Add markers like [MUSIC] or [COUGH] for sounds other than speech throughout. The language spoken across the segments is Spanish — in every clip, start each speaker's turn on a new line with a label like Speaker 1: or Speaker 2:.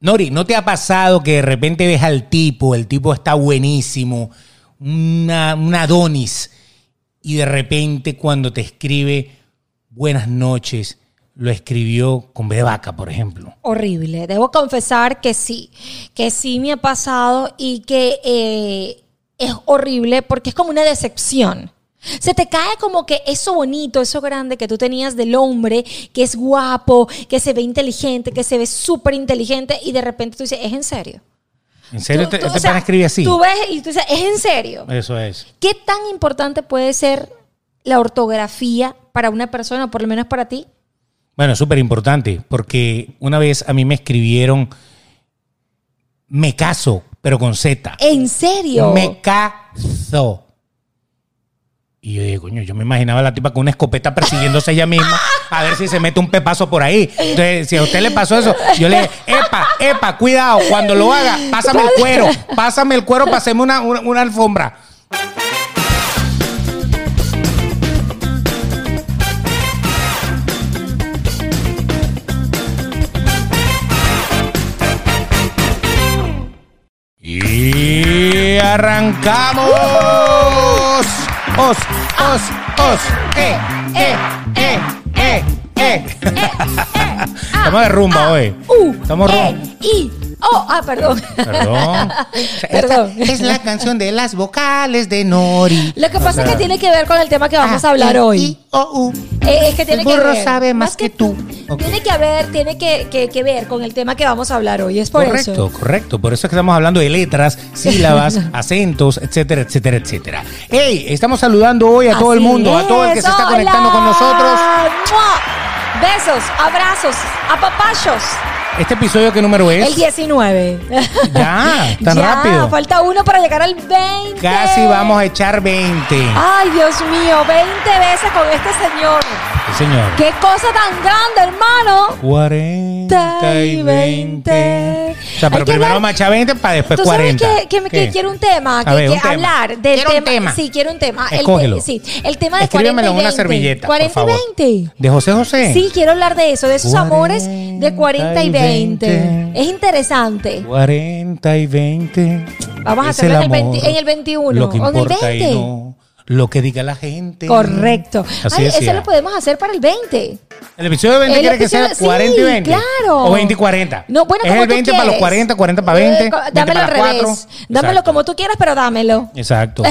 Speaker 1: Nori, ¿no te ha pasado que de repente ves al tipo, el tipo está buenísimo, una, un Adonis, y de repente cuando te escribe buenas noches, lo escribió con B de vaca, por ejemplo?
Speaker 2: Horrible. Debo confesar que sí, que sí me ha pasado y que eh, es horrible porque es como una decepción. Se te cae como que eso bonito, eso grande que tú tenías del hombre, que es guapo, que se ve inteligente, que se ve súper inteligente y de repente tú dices, es en serio.
Speaker 1: ¿En serio este-
Speaker 2: Tú-
Speaker 1: te,
Speaker 2: tú,
Speaker 1: te
Speaker 2: o sea,
Speaker 1: van a escribir así?
Speaker 2: Tú ves y tú dices, es en serio.
Speaker 1: Eso es.
Speaker 2: ¿Qué tan importante puede ser la ortografía para una persona, o por lo menos para ti?
Speaker 1: Bueno, súper importante, porque una vez a mí me escribieron, me caso, pero con Z.
Speaker 2: ¿En serio?
Speaker 1: Me caso. Y yo dije, coño, yo me imaginaba a la tipa con una escopeta persiguiéndose ella misma a ver si se mete un pepazo por ahí. Entonces, si a usted le pasó eso, yo le dije, epa, epa, cuidado, cuando lo haga, pásame el cuero, pásame el cuero, pasemos una, una, una alfombra. Y arrancamos. Os, os, os, eh, eh, eh, eh, eh. Ah, uh, Estamos de rumba hoy.
Speaker 2: U,
Speaker 1: Estamos
Speaker 2: E,
Speaker 1: rumba.
Speaker 2: I, O. Ah, perdón.
Speaker 1: Perdón.
Speaker 2: [LAUGHS] Perdón.
Speaker 1: Esta es la canción de las vocales de Nori.
Speaker 2: Lo que pasa es que tiene que ver con el tema que vamos a hablar
Speaker 1: I,
Speaker 2: hoy.
Speaker 1: I, O, U.
Speaker 2: Eh, es que tiene
Speaker 1: El Ah, burro
Speaker 2: que ver.
Speaker 1: sabe más que tú. Ok.
Speaker 2: Tiene que haber, tiene que, que- que ver con el tema que vamos a hablar hoy. Es por
Speaker 1: correcto,
Speaker 2: eso.
Speaker 1: correcto. Por eso es que estamos hablando de
Speaker 2: [LAUGHS]
Speaker 1: letras, sílabas, acentos, etcétera, etcétera, etcétera. Hey, estamos saludando hoy a todo el
Speaker 2: Así
Speaker 1: mundo, a todo el que
Speaker 2: es,
Speaker 1: se está
Speaker 2: hola.
Speaker 1: conectando con nosotros.
Speaker 2: ¡Mua! Besos, abrazos, apapachos.
Speaker 1: Este episodio, ¿qué número es?
Speaker 2: El 19. [LAUGHS]
Speaker 1: Ya, tan
Speaker 2: Ya,
Speaker 1: rápido.
Speaker 2: Falta uno para llegar al 20.
Speaker 1: Casi vamos a echar 20.
Speaker 2: Ay, Dios mío, 20 veces con este señor.
Speaker 1: Sí, señor.
Speaker 2: ¡Qué cosa tan grande, hermano!
Speaker 1: 40 y 20. O sea,
Speaker 2: Hay
Speaker 1: pero
Speaker 2: que
Speaker 1: primero
Speaker 2: hablar-
Speaker 1: vamos a echar 20 para después
Speaker 2: Tú
Speaker 1: 40.
Speaker 2: sabes que, que, que
Speaker 1: ¿Qué?
Speaker 2: quiero un tema,
Speaker 1: A
Speaker 2: que,
Speaker 1: ver,
Speaker 2: que
Speaker 1: un tema.
Speaker 2: hablar del
Speaker 1: Quiero un tema.
Speaker 2: Sí, quiero un tema. El
Speaker 1: Escógelo.
Speaker 2: te- sí, el tema de 40 y
Speaker 1: Escríbemelo en
Speaker 2: 20.
Speaker 1: una servilleta. por
Speaker 2: 40
Speaker 1: favor.
Speaker 2: y 20.
Speaker 1: ¿De José José?
Speaker 2: Sí, quiero hablar de eso, de esos amores de 40 y 20.
Speaker 1: 20.
Speaker 2: Es interesante.
Speaker 1: 40 y 20.
Speaker 2: Vamos a
Speaker 1: Es el
Speaker 2: hacerlo en el
Speaker 1: amor,
Speaker 2: 20 en el 21,
Speaker 1: Lo que
Speaker 2: o en el
Speaker 1: importa y
Speaker 2: 20.
Speaker 1: no lo que diga la gente.
Speaker 2: Correcto.
Speaker 1: Así
Speaker 2: Ay,
Speaker 1: decía.
Speaker 2: eso lo podemos hacer para el 20.
Speaker 1: El episodio 20
Speaker 2: El
Speaker 1: quiere que
Speaker 2: episodio-
Speaker 1: sea 40 y
Speaker 2: sí,
Speaker 1: 20.
Speaker 2: claro.
Speaker 1: O 20 y 40.
Speaker 2: No, bueno,
Speaker 1: es
Speaker 2: como
Speaker 1: el
Speaker 2: tú
Speaker 1: 20 para los
Speaker 2: quieres.
Speaker 1: 40, 40 para 20.
Speaker 2: Eh, co-
Speaker 1: 20
Speaker 2: dámelo
Speaker 1: para
Speaker 2: al
Speaker 1: las
Speaker 2: revés.
Speaker 1: 4.
Speaker 2: Dámelo
Speaker 1: Exacto.
Speaker 2: como tú quieras, pero dámelo.
Speaker 1: Exacto.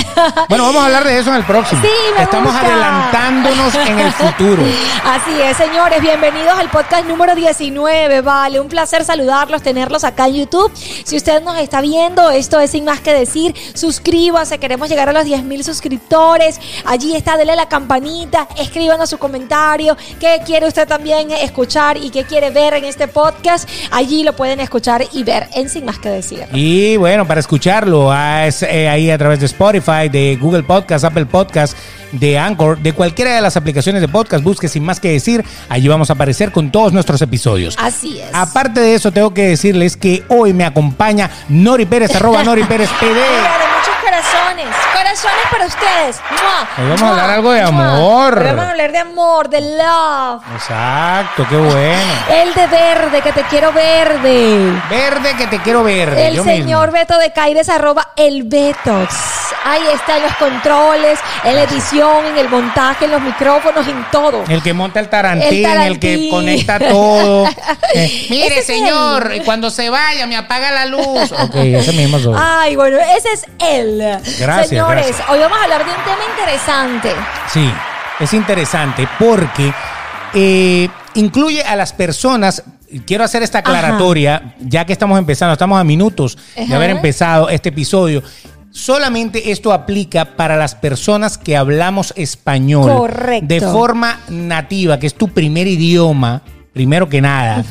Speaker 1: Bueno, vamos a hablar de eso en el [LAUGHS] próximo.
Speaker 2: Sí, me
Speaker 1: Estamos
Speaker 2: gusta.
Speaker 1: adelantándonos en el futuro.
Speaker 2: [LAUGHS] Así es, señores, bienvenidos al podcast número 19, vale, un placer saludarlos, tenerlos acá en YouTube. Si usted nos está viendo, esto es sin más que decir, suscríbase, queremos llegar a los 10 mil suscriptores, allí está, dele a la campanita, escríbanos su comentario, qué quiere usted también escuchar y qué quiere ver en este podcast, allí lo pueden escuchar y ver en sin más que decir.
Speaker 1: Y bueno, para escucharlo ah, es, eh, ahí a través de Spotify, de Google Podcast, Apple Podcast, de Anchor, de cualquiera de las aplicaciones de podcast, busque sin más que decir, allí vamos a aparecer con todos nuestros episodios.
Speaker 2: Así es.
Speaker 1: Aparte de eso, tengo que decirles que hoy me acompaña Nori Pérez,
Speaker 2: [LAUGHS]
Speaker 1: arroba Nori Pérez PD.
Speaker 2: Mira, de muchos corazones. Corazones para ustedes. ¡Mua!
Speaker 1: Hoy vamos a
Speaker 2: ¡Mua!
Speaker 1: hablar algo de
Speaker 2: ¡Mua!
Speaker 1: amor.
Speaker 2: Hoy vamos a hablar de amor, de love.
Speaker 1: Exacto, qué bueno.
Speaker 2: El de verde, que te quiero verde.
Speaker 1: Verde que te quiero verde.
Speaker 2: El
Speaker 1: yo mismo.
Speaker 2: señor Beto de Caires, arroba el Betox. Ahí están los controles, en la edición, en el montaje, en los micrófonos, en todo.
Speaker 1: El que monta el tarantín, el,
Speaker 2: El tarantín.
Speaker 1: que conecta
Speaker 2: [LAUGHS]
Speaker 1: todo. Eh,
Speaker 2: Ese es él.
Speaker 1: y cuando se vaya me apaga la luz. Ok, ese mismo soy.
Speaker 2: Ay, bueno, ese es él.
Speaker 1: Gracias,
Speaker 2: Señores,
Speaker 1: gracias.
Speaker 2: hoy vamos a hablar de un tema interesante.
Speaker 1: Sí, es interesante porque eh, incluye a las personas. Quiero hacer esta aclaratoria, ya que estamos empezando, estamos a minutos de
Speaker 2: Ajá.
Speaker 1: haber empezado este episodio. Solamente esto aplica para las personas que hablamos español
Speaker 2: Correcto.
Speaker 1: de forma nativa, que es tu primer idioma, primero que nada,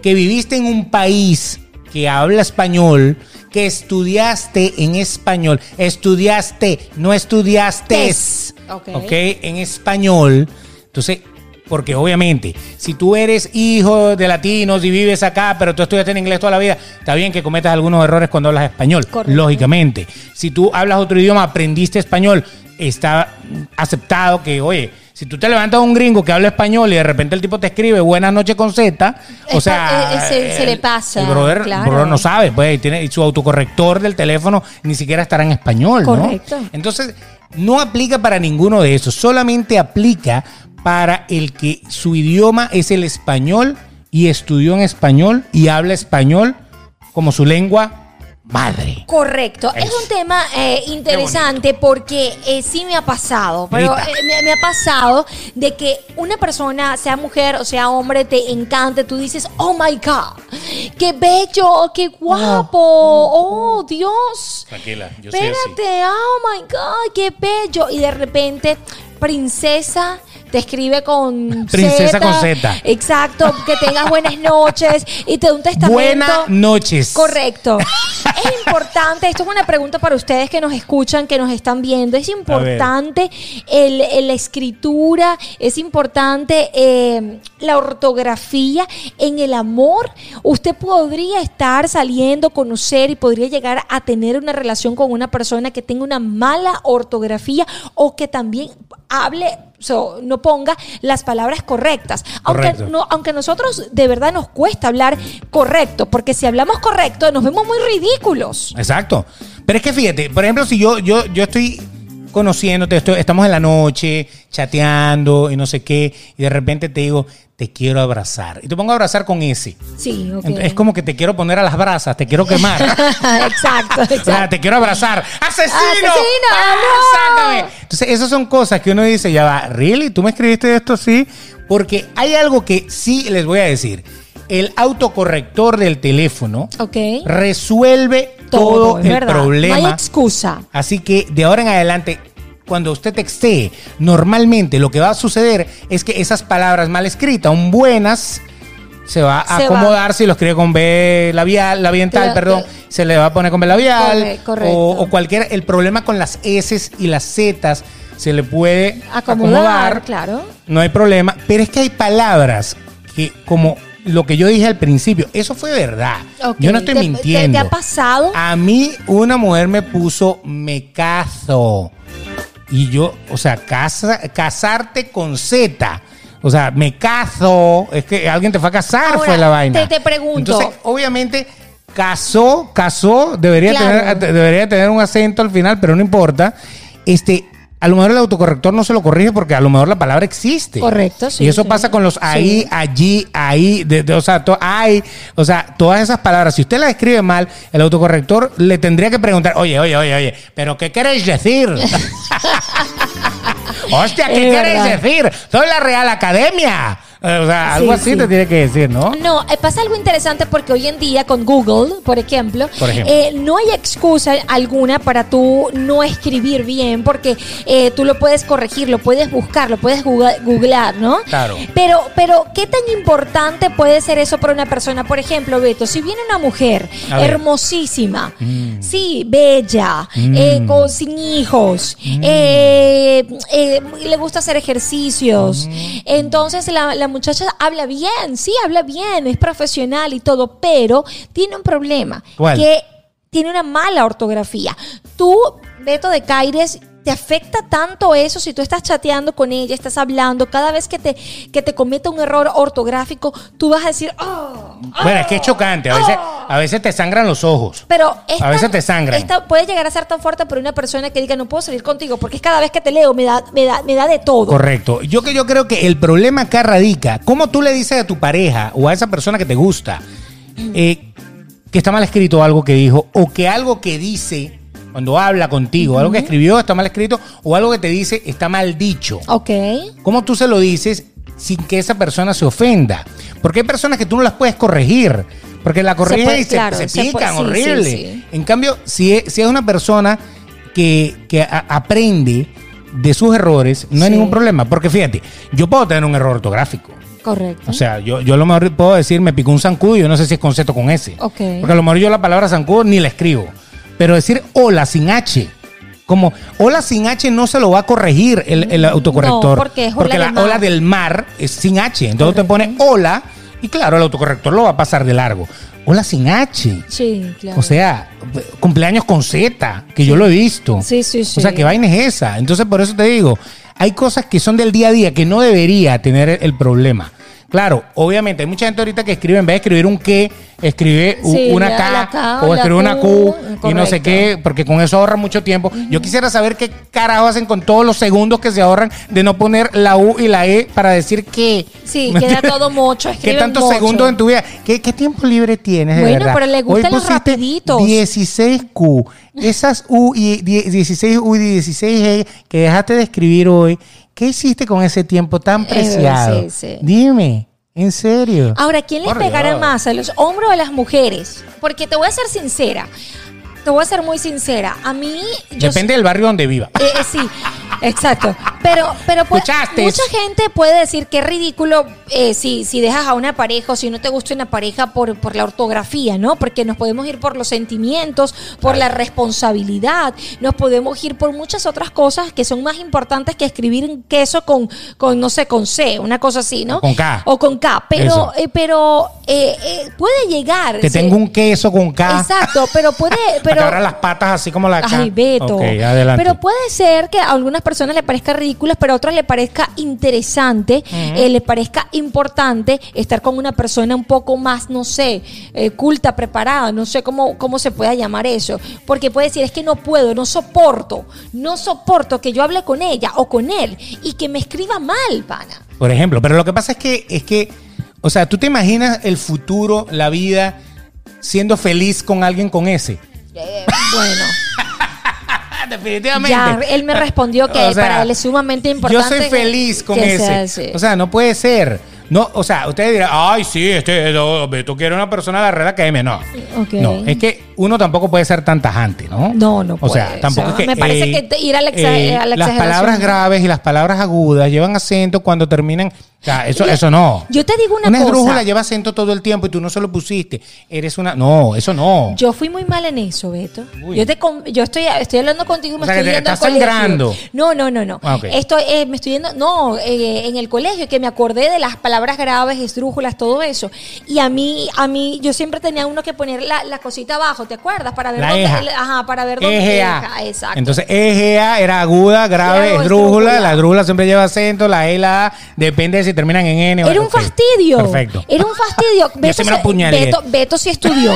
Speaker 1: que viviste en un país que habla español, que estudiaste en español, estudiaste, no estudiaste.
Speaker 2: Tes. Ok.
Speaker 1: ok, en español. Entonces, porque obviamente, si tú eres hijo de latinos y vives acá, pero tú estudiaste en inglés toda la vida, está bien que cometas algunos errores cuando hablas español,
Speaker 2: Correcto.
Speaker 1: lógicamente. Si tú hablas otro idioma, aprendiste español, está aceptado que, oye, Si tú te levantas a un gringo que habla español y de repente el tipo te escribe buenas noches con Z, o
Speaker 2: Está-
Speaker 1: sea.
Speaker 2: eh, eh, se- se
Speaker 1: el-
Speaker 2: le pasa,
Speaker 1: El brother,
Speaker 2: claro.
Speaker 1: brother no sabe, pues, y, tiene, y su autocorrector del teléfono ni siquiera estará en español, ¿no?
Speaker 2: Correcto.
Speaker 1: Entonces, no aplica para ninguno de esos, solamente aplica para el que su idioma es el español y estudió en español y habla español como su lengua madre.
Speaker 2: Correcto. Es
Speaker 1: Eso.
Speaker 2: un tema eh, interesante porque eh, sí me ha pasado. Pero
Speaker 1: Grita.
Speaker 2: eh, me, me ha pasado de que una persona, sea mujer o sea hombre, te encante. Tú dices, oh my God, qué bello, qué guapo, oh, Dios.
Speaker 1: Tranquila, yo soy así.
Speaker 2: Espérate, oh my God, qué bello. Y de repente, princesa. Te escribe con
Speaker 1: Princesa con Z.
Speaker 2: Exacto, que tengas buenas noches y te da un testamento.
Speaker 1: Buenas noches.
Speaker 2: Correcto. es importante, esto es una pregunta para ustedes que nos escuchan, que nos están viendo. Es importante el, el- la escritura, es importante eh, la ortografía en el amor. Usted podría estar saliendo, conocer y podría llegar a tener una relación con una persona que tenga una mala ortografía o que también hable. o sea, no ponga las palabras correctas. Aunque
Speaker 1: Correcto.
Speaker 2: no, aunque a nosotros de verdad nos cuesta hablar correcto, porque si hablamos correcto nos vemos muy ridículos.
Speaker 1: Exacto. Pero es que fíjate, por ejemplo, si yo, yo, yo estoy conociéndote, estoy- estamos en la noche, chateando y no sé qué, y de repente te digo, te quiero abrazar. Y te pongo a abrazar con ese.
Speaker 2: Sí, ok.
Speaker 1: Ent- Es como que te quiero poner a las brasas, te quiero quemar.
Speaker 2: [LAUGHS] exacto,
Speaker 1: [LAUGHS] O sea,
Speaker 2: exacto.
Speaker 1: te quiero abrazar. ¡Asesino!
Speaker 2: ¡Asesino!
Speaker 1: ¡Ah,
Speaker 2: ¡No!
Speaker 1: sácame! Entonces, esas son cosas que uno dice, ya va, ¿really? ¿Tú me escribiste esto así? Porque hay algo que sí les voy a decir. El autocorrector del teléfono
Speaker 2: Ok.
Speaker 1: resuelve todo,
Speaker 2: es
Speaker 1: el
Speaker 2: verdad.
Speaker 1: problema.
Speaker 2: No hay excusa.
Speaker 1: Así que de ahora en adelante, cuando usted textee, normalmente lo que va a suceder es que esas palabras mal escritas, un buenas, se va a
Speaker 2: Se va.
Speaker 1: acomodar si lo escribe con B labial, labiental,
Speaker 2: Te-
Speaker 1: perdón,
Speaker 2: te-
Speaker 1: se le va a poner con B labial.
Speaker 2: Corre- correcto.
Speaker 1: O, o cualquier, el problema con las S y las Z se le puede
Speaker 2: Acomodar,
Speaker 1: acomodar
Speaker 2: claro.
Speaker 1: no hay problema. Pero es que hay palabras que, como lo que yo dije al principio, eso fue verdad.
Speaker 2: Ok,
Speaker 1: Yo no estoy
Speaker 2: ¿te- te-
Speaker 1: mintiendo.
Speaker 2: te ha pasado?
Speaker 1: A mí una mujer me puso me caso. Y yo, o sea, casa- casarte con Z. O sea, me caso. Es que alguien te fue a casar,
Speaker 2: Ahora,
Speaker 1: fue la vaina.
Speaker 2: te- te pregunto.
Speaker 1: Entonces, obviamente, casó, casó, debería,
Speaker 2: Claro.
Speaker 1: tener, eh, debería tener un acento al final, pero no importa. Este, a lo mejor el autocorrector no se lo corrige porque a lo mejor la palabra existe.
Speaker 2: Correcto, sí,
Speaker 1: Y eso
Speaker 2: sí.
Speaker 1: pasa con los ahí,
Speaker 2: Sí.
Speaker 1: allí, ahí, de- de- o sea, to- ay, o sea, todas esas palabras. Si usted las escribe mal, el autocorrector le tendría que preguntar, oye, oye, oye, oye, pero ¿qué queréis
Speaker 2: [LAUGHS]
Speaker 1: decir? Hostia, ¿qué
Speaker 2: Es
Speaker 1: queréis
Speaker 2: verdad.
Speaker 1: decir? Soy la Real Academia. Eh, O sea, algo
Speaker 2: Sí,
Speaker 1: así
Speaker 2: sí.
Speaker 1: te tiene que decir, ¿no?
Speaker 2: No, eh, pasa algo interesante porque hoy en día con Google, por ejemplo,
Speaker 1: Por ejemplo.
Speaker 2: eh, no hay excusa alguna para tú no escribir bien porque eh, tú lo puedes corregir, lo puedes buscar, lo puedes googa- googlear, ¿no?
Speaker 1: Claro.
Speaker 2: Pero, pero, ¿qué tan importante puede ser eso para una persona? Por ejemplo, Beto, si viene una mujer
Speaker 1: A ver.
Speaker 2: hermosísima,
Speaker 1: Mm.
Speaker 2: sí, bella,
Speaker 1: Mm.
Speaker 2: eh, con, sin hijos, eh, eh, le gusta hacer ejercicios,
Speaker 1: Mm.
Speaker 2: entonces la, la muchacha habla bien, sí, habla bien, es profesional y todo, pero tiene un problema,
Speaker 1: ¿Cuál?
Speaker 2: que tiene una mala ortografía. Tú, Beto de Caires, ¿te afecta tanto eso si tú estás chateando con ella, estás hablando, cada vez que te, que te cometa un error ortográfico, tú vas a decir, oh,
Speaker 1: Bueno, es que es chocante. A veces, a veces te sangran los ojos.
Speaker 2: pero esta-
Speaker 1: A veces te sangran.
Speaker 2: Esta puede llegar a ser tan fuerte por una persona que diga, no puedo salir contigo, porque es cada vez que te leo me da, me da, me da de todo.
Speaker 1: Correcto. Yo que yo creo que el problema acá radica, ¿cómo tú le dices a tu pareja o a esa persona que te gusta eh, que está mal escrito algo que dijo o que algo que dice cuando habla contigo, algo que escribió está mal escrito o algo que te dice está mal dicho?
Speaker 2: Ok.
Speaker 1: ¿Cómo tú se lo dices sin que esa persona se ofenda? Porque hay personas que tú no las puedes corregir. Porque la corrigen
Speaker 2: puede-
Speaker 1: y se,
Speaker 2: claro,
Speaker 1: se
Speaker 2: se puede-
Speaker 1: pican,
Speaker 2: sí, sí,
Speaker 1: horrible.
Speaker 2: sí.
Speaker 1: En cambio, si es, si es una persona que, que a- aprende de sus errores, no hay
Speaker 2: Sí.
Speaker 1: ningún problema. Porque fíjate, yo puedo tener un error ortográfico.
Speaker 2: Correcto.
Speaker 1: O sea, yo, yo a lo mejor puedo decir, me picó un zancudo y yo no sé si es concepto con ese.
Speaker 2: Ok.
Speaker 1: Porque a lo mejor yo la palabra zancudo ni la escribo. Pero decir hola sin H. Como hola sin H no se lo va a corregir el, el autocorrector.
Speaker 2: No, porque es hola
Speaker 1: Porque
Speaker 2: de
Speaker 1: la
Speaker 2: mar.
Speaker 1: ola del mar es sin H. Entonces te pone hola y claro, el autocorrector lo va a pasar de largo. Hola sin H.
Speaker 2: sí, claro.
Speaker 1: O sea, cumpleaños con Z, que yo lo he visto.
Speaker 2: Sí, sí, sí.
Speaker 1: O sea, ¿qué vaina es esa? Entonces, por eso te digo, hay cosas que son del día a día que no debería tener el- el problema. Claro, obviamente, hay mucha gente ahorita que escribe, en vez de escribir un qué, escribe u-
Speaker 2: Sí,
Speaker 1: una
Speaker 2: la-
Speaker 1: K,
Speaker 2: la K o
Speaker 1: o
Speaker 2: la
Speaker 1: escribe una Q,
Speaker 2: Q,
Speaker 1: y no sé
Speaker 2: correcto.
Speaker 1: qué, porque con eso ahorra mucho tiempo. Yo quisiera saber qué carajo hacen con todos los segundos que se ahorran de no poner la U y la E para decir que...
Speaker 2: Sí,
Speaker 1: [LAUGHS]
Speaker 2: queda todo mocho.
Speaker 1: ¿Qué
Speaker 2: escriben
Speaker 1: tantos
Speaker 2: mocho.
Speaker 1: segundos en tu vida? ¿Qué, qué tiempo libre tienes? de
Speaker 2: Bueno,
Speaker 1: verdad?
Speaker 2: pero le gustan
Speaker 1: Hoy
Speaker 2: los
Speaker 1: pusiste
Speaker 2: rapiditos.
Speaker 1: 16Q. Esas U y die- 16 U y 16E que dejaste de escribir hoy, ¿qué hiciste con ese tiempo tan
Speaker 2: Eh,
Speaker 1: preciado?
Speaker 2: sí, sí. Ah,
Speaker 1: Dime, en serio.
Speaker 2: Ahora, ¿quién les
Speaker 1: Por
Speaker 2: pegará
Speaker 1: Dios.
Speaker 2: más? ¿A los hombres o a las mujeres? Porque te voy a ser sincera. Te voy a ser muy sincera. A mí. yo
Speaker 1: Depende del barrio donde viva.
Speaker 2: Eh, eh, sí, exacto. Pero, pero pues,
Speaker 1: ¿Escuchaste?
Speaker 2: mucha gente puede decir que es ridículo eh, si, si dejas a una pareja o si no te gusta una pareja por, por la ortografía, ¿no? Porque nos podemos ir por los sentimientos, por la responsabilidad, nos podemos ir por muchas otras cosas que son más importantes que escribir un queso con, con no sé, con C, una cosa así, ¿no?
Speaker 1: O con K.
Speaker 2: O con K.
Speaker 1: Eso.
Speaker 2: Pero, eh, pero eh, eh, puede llegar.
Speaker 1: Te
Speaker 2: sí.
Speaker 1: tengo un queso con K.
Speaker 2: Exacto,
Speaker 1: [LAUGHS]
Speaker 2: pero puede.
Speaker 1: Pero,
Speaker 2: Pero,
Speaker 1: las patas así como la K.
Speaker 2: Ay, Beto.
Speaker 1: Ok, adelante.
Speaker 2: Pero puede ser que a algunas personas le parezca ridículo, pero a otras le parezca interesante, eh, le parezca importante estar con una persona un poco más, no sé, eh, culta, preparada, no sé cómo, cómo se pueda llamar eso. Porque puede decir, es que no puedo, no soporto, no soporto que yo hable con ella o con él y que me escriba mal,
Speaker 1: [LAUGHS]
Speaker 2: pana.
Speaker 1: Por ejemplo, pero lo que pasa es que, es que, o sea, tú te imaginas el futuro, la vida, siendo feliz con alguien con ese.
Speaker 2: Eh, bueno.
Speaker 1: Ah, definitivamente.
Speaker 2: Ya, él me respondió que para él es sumamente importante
Speaker 1: Yo soy feliz con
Speaker 2: que
Speaker 1: ese.
Speaker 2: sea así.
Speaker 1: O sea, no puede ser. No, o sea, ustedes dirán, ay, sí, este, no, tú quieres una persona de la red academia. No.
Speaker 2: Ok.
Speaker 1: No, es que uno tampoco puede ser tan tajante, ¿no?
Speaker 2: No, no
Speaker 1: O sea,
Speaker 2: puede.
Speaker 1: tampoco es
Speaker 2: O sea,
Speaker 1: que. eh,
Speaker 2: me parece que te- ir a la exa- a la
Speaker 1: Las
Speaker 2: exageración.
Speaker 1: palabras graves y las palabras agudas llevan acento cuando terminan. O sea, eso,
Speaker 2: Y-
Speaker 1: eso no.
Speaker 2: yo te digo una
Speaker 1: Una
Speaker 2: cosa.
Speaker 1: esdrújula lleva acento todo el tiempo y tú no se lo pusiste. Eres una. No, eso no.
Speaker 2: Yo fui muy mal en eso, Beto.
Speaker 1: Uy.
Speaker 2: Yo te con- yo estoy, estoy hablando contigo y me
Speaker 1: O sea,
Speaker 2: estoy
Speaker 1: que te
Speaker 2: yendo al
Speaker 1: estás
Speaker 2: colegio.
Speaker 1: sangrando.
Speaker 2: No, no, no, no.
Speaker 1: Ah, ok.
Speaker 2: Esto eh, me estoy yendo, no, eh, en el colegio que me acordé de las palabras graves, esdrújulas, todo eso. Y a mí, a mí, yo siempre tenía uno que poner la, la cosita abajo, ¿te acuerdas? Para ver
Speaker 1: La E
Speaker 2: dónde,
Speaker 1: eja.
Speaker 2: el- ajá, para ver dónde
Speaker 1: EGA.
Speaker 2: eja, exacto.
Speaker 1: Entonces, EGA era aguda, grave,
Speaker 2: Claro,
Speaker 1: esdrújula.
Speaker 2: esdrújula.
Speaker 1: La esdrújula siempre lleva acento, la E y la A. Depende de si terminan en N. o
Speaker 2: Era
Speaker 1: en-
Speaker 2: un
Speaker 1: ok.
Speaker 2: fastidio.
Speaker 1: Perfecto.
Speaker 2: Era un
Speaker 1: [LAUGHS]
Speaker 2: fastidio.
Speaker 1: sí me lo apuñalé.
Speaker 2: Beto, Beto sí estudió.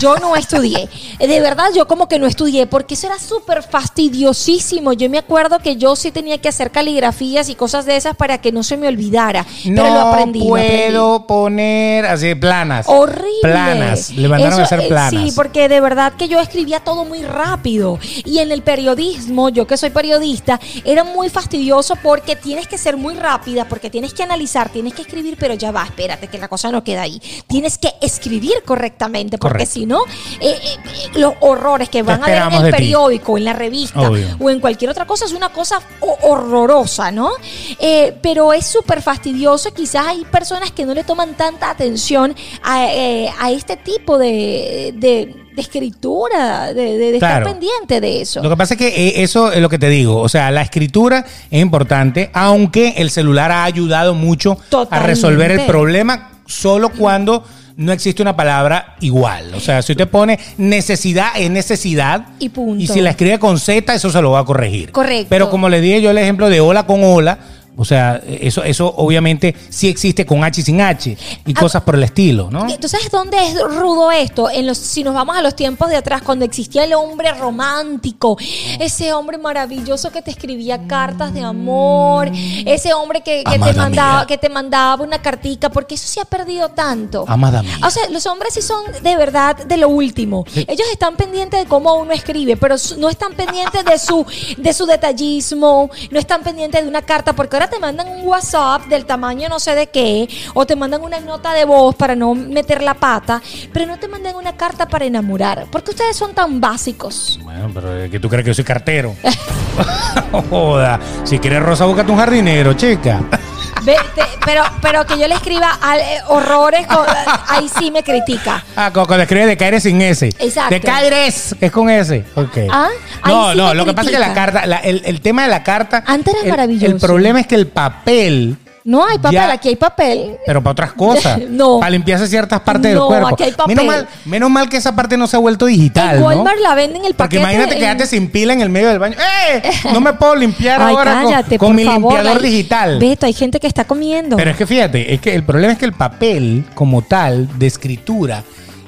Speaker 2: Yo no estudié. De verdad, yo como que no estudié, porque eso era súper fastidiosísimo. Yo me acuerdo que yo sí tenía que hacer caligrafías y cosas de esas para que no se me olvidara.
Speaker 1: Ah, No
Speaker 2: Pero lo aprendí. lo aprendí.
Speaker 1: puedo poner así planas.
Speaker 2: Horrible.
Speaker 1: Planas. Le mandaron a
Speaker 2: Eso,
Speaker 1: hacer
Speaker 2: eh,
Speaker 1: planas.
Speaker 2: Sí, porque de verdad que yo escribía todo muy rápido. Y en el periodismo, yo que soy periodista, era muy fastidioso porque tienes que ser muy rápida, porque tienes que analizar, tienes que escribir, pero ya va, espérate, que la cosa no queda ahí. Tienes que escribir correctamente, porque
Speaker 1: Correcto.
Speaker 2: si no, eh, eh, eh, los horrores que van a ver en
Speaker 1: esperamos
Speaker 2: el
Speaker 1: de ti?
Speaker 2: periódico, en la revista
Speaker 1: Obvio.
Speaker 2: o en cualquier otra cosa es una cosa ho- horrorosa, ¿no? Eh, pero es súper fastidioso. Quizás hay personas que no le toman tanta atención a, eh, a este tipo de, de- de escritura, de, de- de
Speaker 1: Claro.
Speaker 2: estar pendiente de eso.
Speaker 1: Lo que pasa es que eh, eso es lo que te digo. O sea, la escritura es importante, aunque el celular ha ayudado mucho a
Speaker 2: Totalmente.
Speaker 1: resolver el problema solo cuando no existe una palabra igual. O sea, si usted pone necesidad es necesidad.
Speaker 2: Y punto.
Speaker 1: Y si la escribe con Z, eso se lo va a corregir.
Speaker 2: Correcto.
Speaker 1: Pero como le dije yo el ejemplo de hola con hola. O sea, eso, eso obviamente sí existe con H y sin H y
Speaker 2: Ah,
Speaker 1: cosas por el estilo, ¿no?
Speaker 2: ¿Y tú sabes dónde es rudo esto? En los, si nos vamos a los tiempos de atrás, cuando existía el hombre romántico, ese hombre maravilloso que te escribía cartas de amor, ese hombre que, que te,
Speaker 1: Mm. Amada
Speaker 2: mandaba,
Speaker 1: mía.
Speaker 2: que te mandaba una cartica, porque eso se ha perdido tanto.
Speaker 1: Amada mía.
Speaker 2: O sea, los hombres sí son de verdad de lo último.
Speaker 1: Sí.
Speaker 2: Ellos están pendientes de cómo uno escribe, pero su- no están pendientes de su, de su detallismo, no están pendientes de una carta, porque ahora te mandan un WhatsApp del tamaño no sé de qué, o te mandan una nota de voz para no meter la pata, pero no te mandan una carta para enamorar, porque ustedes son tan básicos.
Speaker 1: Bueno, pero eh, que tú crees que yo soy cartero. [LAUGHS] Joda. Si quieres rosa, búscate un jardinero, chica. [LAUGHS]
Speaker 2: Ve- te- pero, pero que yo le escriba al- eh,
Speaker 1: [LAUGHS]
Speaker 2: horrores, con- ahí sí me critica.
Speaker 1: Ah, co- cuando escribe de caer sin S.
Speaker 2: Exacto.
Speaker 1: De caeres, que es con S. Ok.
Speaker 2: Ah, ahí
Speaker 1: no,
Speaker 2: sí
Speaker 1: no,
Speaker 2: me
Speaker 1: lo que pasa es que la
Speaker 2: critica.
Speaker 1: carta, la- el, el tema de la carta.
Speaker 2: Antes era
Speaker 1: el-
Speaker 2: maravilloso.
Speaker 1: El problema es que el papel
Speaker 2: No hay papel,
Speaker 1: Ya.
Speaker 2: aquí hay papel.
Speaker 1: Pero para otras cosas.
Speaker 2: [LAUGHS] No.
Speaker 1: Para limpiarse ciertas partes
Speaker 2: No,
Speaker 1: del cuerpo.
Speaker 2: aquí hay papel.
Speaker 1: Menos mal, menos mal que esa parte no se ha vuelto digital.
Speaker 2: en
Speaker 1: ¿no?
Speaker 2: Walmart la venden el
Speaker 1: Porque
Speaker 2: paquete.
Speaker 1: imagínate
Speaker 2: en-
Speaker 1: quedarte sin pila en el medio del baño. ¡Eh! No me puedo limpiar
Speaker 2: Ay,
Speaker 1: ahora con-
Speaker 2: cállate,
Speaker 1: con,
Speaker 2: por
Speaker 1: mi
Speaker 2: favor,
Speaker 1: limpiador
Speaker 2: ahí-
Speaker 1: digital.
Speaker 2: Beto, hay gente que está comiendo.
Speaker 1: Pero es que fíjate, es que el problema es que el papel como tal de escritura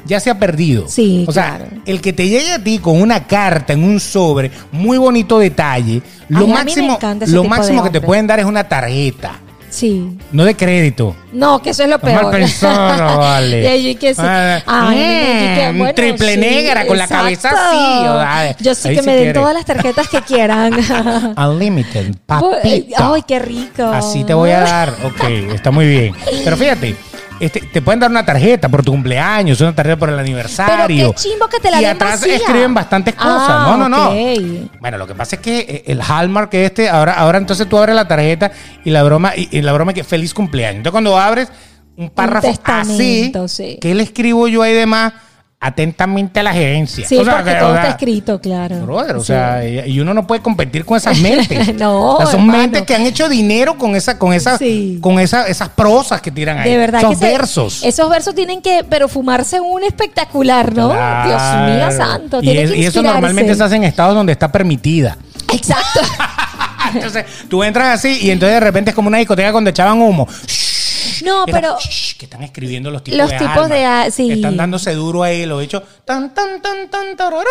Speaker 1: ya se ha perdido.
Speaker 2: Sí,
Speaker 1: o sea,
Speaker 2: claro.
Speaker 1: el que te llegue a ti con una carta en un sobre, muy bonito detalle,
Speaker 2: Ay, a
Speaker 1: lo
Speaker 2: mí me
Speaker 1: máximo,
Speaker 2: encanta ese
Speaker 1: lo
Speaker 2: tipo de
Speaker 1: máximo que te
Speaker 2: hombre.
Speaker 1: pueden dar es una tarjeta,
Speaker 2: sí.
Speaker 1: no de crédito.
Speaker 2: No, que eso es lo
Speaker 1: Es
Speaker 2: peor.
Speaker 1: mal
Speaker 2: [LAUGHS]
Speaker 1: pensado, vale.
Speaker 2: Y allí que sí.
Speaker 1: Ah,
Speaker 2: Ay,
Speaker 1: mm,
Speaker 2: y que,
Speaker 1: un
Speaker 2: bueno,
Speaker 1: triple
Speaker 2: sí,
Speaker 1: negra con la cabeza
Speaker 2: exacto.
Speaker 1: así. o- ay,
Speaker 2: Yo sí
Speaker 1: ahí
Speaker 2: que
Speaker 1: sí
Speaker 2: me den
Speaker 1: quiere.
Speaker 2: todas las tarjetas
Speaker 1: [LAUGHS]
Speaker 2: que quieran.
Speaker 1: Unlimited,
Speaker 2: Ay,
Speaker 1: papita.
Speaker 2: Pues, eh, Ay, qué rico.
Speaker 1: Así te voy a dar. Ok, está muy bien. Pero fíjate, este, te pueden dar una tarjeta por tu cumpleaños, una tarjeta por el aniversario.
Speaker 2: Pero qué chimbo que te la
Speaker 1: Y
Speaker 2: den
Speaker 1: atrás
Speaker 2: vacía.
Speaker 1: escriben bastantes cosas.
Speaker 2: Ah,
Speaker 1: no, no, no.
Speaker 2: ok.
Speaker 1: Bueno, lo que pasa es que eh, el Hallmark este, ahora, ahora entonces tú abres la tarjeta y la broma, y, y la broma que feliz cumpleaños. Entonces cuando abres un párrafo así,
Speaker 2: testamento, sí.
Speaker 1: ¿qué le escribo yo ahí de más? Atentamente a la gerencia.
Speaker 2: [LAUGHS] Sí,
Speaker 1: O sea,
Speaker 2: porque
Speaker 1: que- o
Speaker 2: todo
Speaker 1: sea,
Speaker 2: está escrito, claro.
Speaker 1: Brother, o
Speaker 2: Sí.
Speaker 1: sea, eh, y y uno no puede competir con esas mentes.
Speaker 2: [LAUGHS]
Speaker 1: O
Speaker 2: No,
Speaker 1: sea, son
Speaker 2: hermano.
Speaker 1: mentes que han hecho dinero con esa, con esas,
Speaker 2: Sí.
Speaker 1: con esa, esas prosas que tiran ahí.
Speaker 2: De verdad
Speaker 1: Son
Speaker 2: que se-
Speaker 1: versos.
Speaker 2: esos versos tienen que, pero fumarse un espectacular, ¿no?
Speaker 1: Claro.
Speaker 2: Dios mío santo.
Speaker 1: Y,
Speaker 2: tienen
Speaker 1: es-
Speaker 2: que
Speaker 1: y eso
Speaker 2: inspirarse.
Speaker 1: normalmente se hace en estados donde está
Speaker 2: [LAUGHS]
Speaker 1: permitida. [LAUGHS]
Speaker 2: Exacto.
Speaker 1: Ah, entonces tú entras así y entonces de repente es como una discoteca cuando echaban humo.
Speaker 2: No,
Speaker 1: Era,
Speaker 2: pero.
Speaker 1: "Shh, que están escribiendo los tipos
Speaker 2: Los
Speaker 1: de
Speaker 2: tipos de
Speaker 1: alma".
Speaker 2: a- sí.
Speaker 1: Están dándose duro ahí, los hechos. Tan, tan, tan, tan, tararán,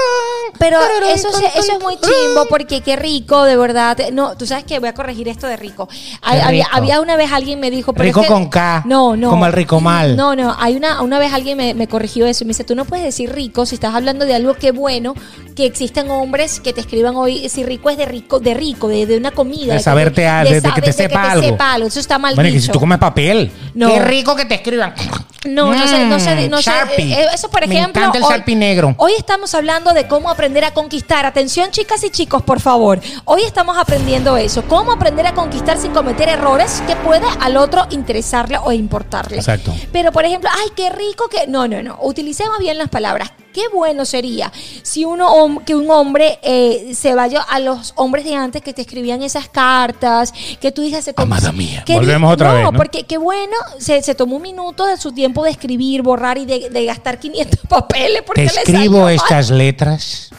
Speaker 2: Pero
Speaker 1: tararán,
Speaker 2: eso,
Speaker 1: tan,
Speaker 2: se-
Speaker 1: tan,
Speaker 2: eso es muy
Speaker 1: tararán.
Speaker 2: chimbo pues, porque qué rico, de verdad. No, tú sabes que voy a corregir esto de rico. Hay-
Speaker 1: Qué
Speaker 2: Había,
Speaker 1: rico.
Speaker 2: había una vez alguien me dijo. Pero
Speaker 1: Rico
Speaker 2: es que-
Speaker 1: con K,
Speaker 2: No, no.
Speaker 1: como el rico mal.
Speaker 2: No, no. Hay una, una vez alguien me, me corrigió eso y me dice: Tú no puedes decir rico si estás hablando de algo que bueno que existan hombres que te escriban hoy. Si rico es de rico, de rico, de, de una comida.
Speaker 1: De
Speaker 2: que-
Speaker 1: saberte a- de- de que
Speaker 2: saber-
Speaker 1: te sepa algo.
Speaker 2: Eso está mal
Speaker 1: Bueno, y que si
Speaker 2: dicho.
Speaker 1: tú comes papel.
Speaker 2: No.
Speaker 1: Qué rico que te escriban.
Speaker 2: No, no sé, no sé,
Speaker 1: Mm,
Speaker 2: no sé.
Speaker 1: Sharpie.
Speaker 2: Eh, eh, Eso, por ejemplo.
Speaker 1: Me encanta el
Speaker 2: hoy-
Speaker 1: Sharpie negro.
Speaker 2: Hoy estamos hablando de cómo aprender a conquistar. Atención, chicas y chicos, por favor. Hoy estamos aprendiendo eso. Cómo aprender a conquistar sin cometer errores que puede al otro interesarle o importarle.
Speaker 1: Exacto.
Speaker 2: Pero, por ejemplo, ay, qué rico que. No, no, no. Utilicemos bien las palabras. Qué bueno sería si uno hom- que un hombre eh, se vaya a los hombres de antes que te escribían esas cartas, que tú dices, se tomó-
Speaker 1: Amada mía.
Speaker 2: que di-
Speaker 1: Volvemos otra vez, ¿no?
Speaker 2: porque que qué bueno, se, se tomó un minuto de su tiempo de escribir, borrar y de, de gastar 500 [LAUGHS] papeles. Porque
Speaker 1: Te
Speaker 2: le
Speaker 1: escribo
Speaker 2: salió mal.
Speaker 1: estas letras.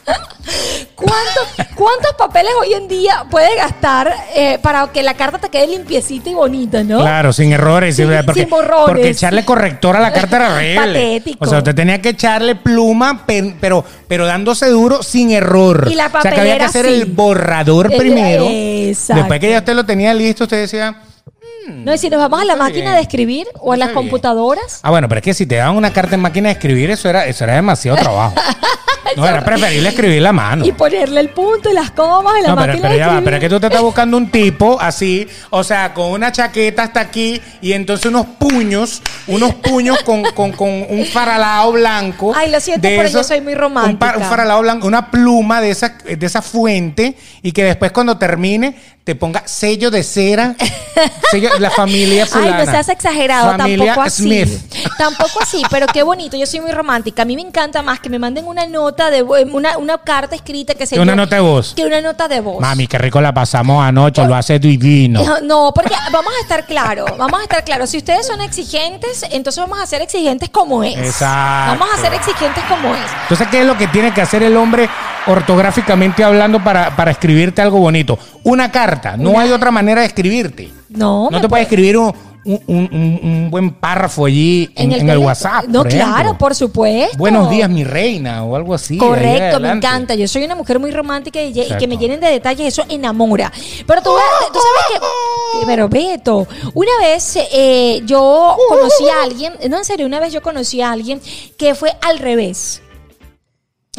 Speaker 2: ¿Cuántos, cuántos papeles hoy en día puedes gastar eh, para que la carta te quede limpiecita y bonita, no?
Speaker 1: Claro, sin errores.
Speaker 2: Sí,
Speaker 1: sí, porque,
Speaker 2: sin borrones.
Speaker 1: porque echarle corrector a
Speaker 2: [LAUGHS]
Speaker 1: la carta era horrible.
Speaker 2: Patético.
Speaker 1: O sea, usted tenía que echarle pluma, pe- pero, pero dándose duro sin error.
Speaker 2: Y la
Speaker 1: o sea, que había que
Speaker 2: papelera
Speaker 1: hacer
Speaker 2: sí.
Speaker 1: el borrador
Speaker 2: Eh,
Speaker 1: primero.
Speaker 2: exacto.
Speaker 1: Después que ya usted lo tenía listo, usted decía...
Speaker 2: No, y si nos vamos a la
Speaker 1: Está
Speaker 2: máquina
Speaker 1: bien.
Speaker 2: de escribir o a
Speaker 1: Está
Speaker 2: las
Speaker 1: bien.
Speaker 2: computadoras.
Speaker 1: Ah, bueno, pero es que si te daban una carta en máquina de escribir, eso era, eso era demasiado trabajo.
Speaker 2: [LAUGHS]
Speaker 1: No, era preferible escribir la mano.
Speaker 2: Y ponerle el punto y las comas en la
Speaker 1: No, pero,
Speaker 2: máquina
Speaker 1: pero
Speaker 2: de
Speaker 1: ya va,
Speaker 2: escribir.
Speaker 1: pero es que tú te estás buscando un tipo así, o sea, con una chaqueta hasta aquí y entonces unos puños, unos puños con, con- con un faralao blanco.
Speaker 2: Ay, lo siento, pero yo soy muy
Speaker 1: un
Speaker 2: romántica.
Speaker 1: par- Un, faralao blanco, una pluma de esa, de esa fuente y que después cuando termine te ponga sello de
Speaker 2: [LAUGHS]
Speaker 1: cera, sello, la familia
Speaker 2: Ay,
Speaker 1: fulana.
Speaker 2: no seas exagerado,
Speaker 1: Familia
Speaker 2: tampoco así.
Speaker 1: Smith.
Speaker 2: Tampoco así, pero qué bonito. Yo soy muy romántica. A mí me encanta más que me manden una nota de vo- una, una carta escrita que se
Speaker 1: Que una nota de voz.
Speaker 2: Que una nota de voz.
Speaker 1: Mami, qué rico la pasamos anoche, lo hace divino.
Speaker 2: No, porque vamos a estar claros, vamos a estar claros. Si ustedes son exigentes, entonces vamos a ser exigentes como es.
Speaker 1: Exacto.
Speaker 2: Vamos a ser exigentes como es.
Speaker 1: Entonces, ¿qué es lo que tiene que hacer el hombre ortográficamente hablando para, para escribirte algo bonito? Una carta. No hay otra manera de escribirte.
Speaker 2: No,
Speaker 1: No
Speaker 2: me
Speaker 1: te puedes escribir un, un- un- un- un buen párrafo allí en, en el,
Speaker 2: teléfono.
Speaker 1: WhatsApp.
Speaker 2: No,
Speaker 1: por ejemplo.
Speaker 2: claro, por supuesto.
Speaker 1: Buenos días, mi reina, o algo así. ahí
Speaker 2: Correcto, me
Speaker 1: adelante.
Speaker 2: encanta. Yo soy una mujer muy romántica y, y que
Speaker 1: Exacto.
Speaker 2: me llenen de detalles, eso enamora. Pero tú, tú sabes que. Pero Beto, una vez eh, yo conocí a alguien, no en serio, una vez yo conocí a alguien que fue al revés.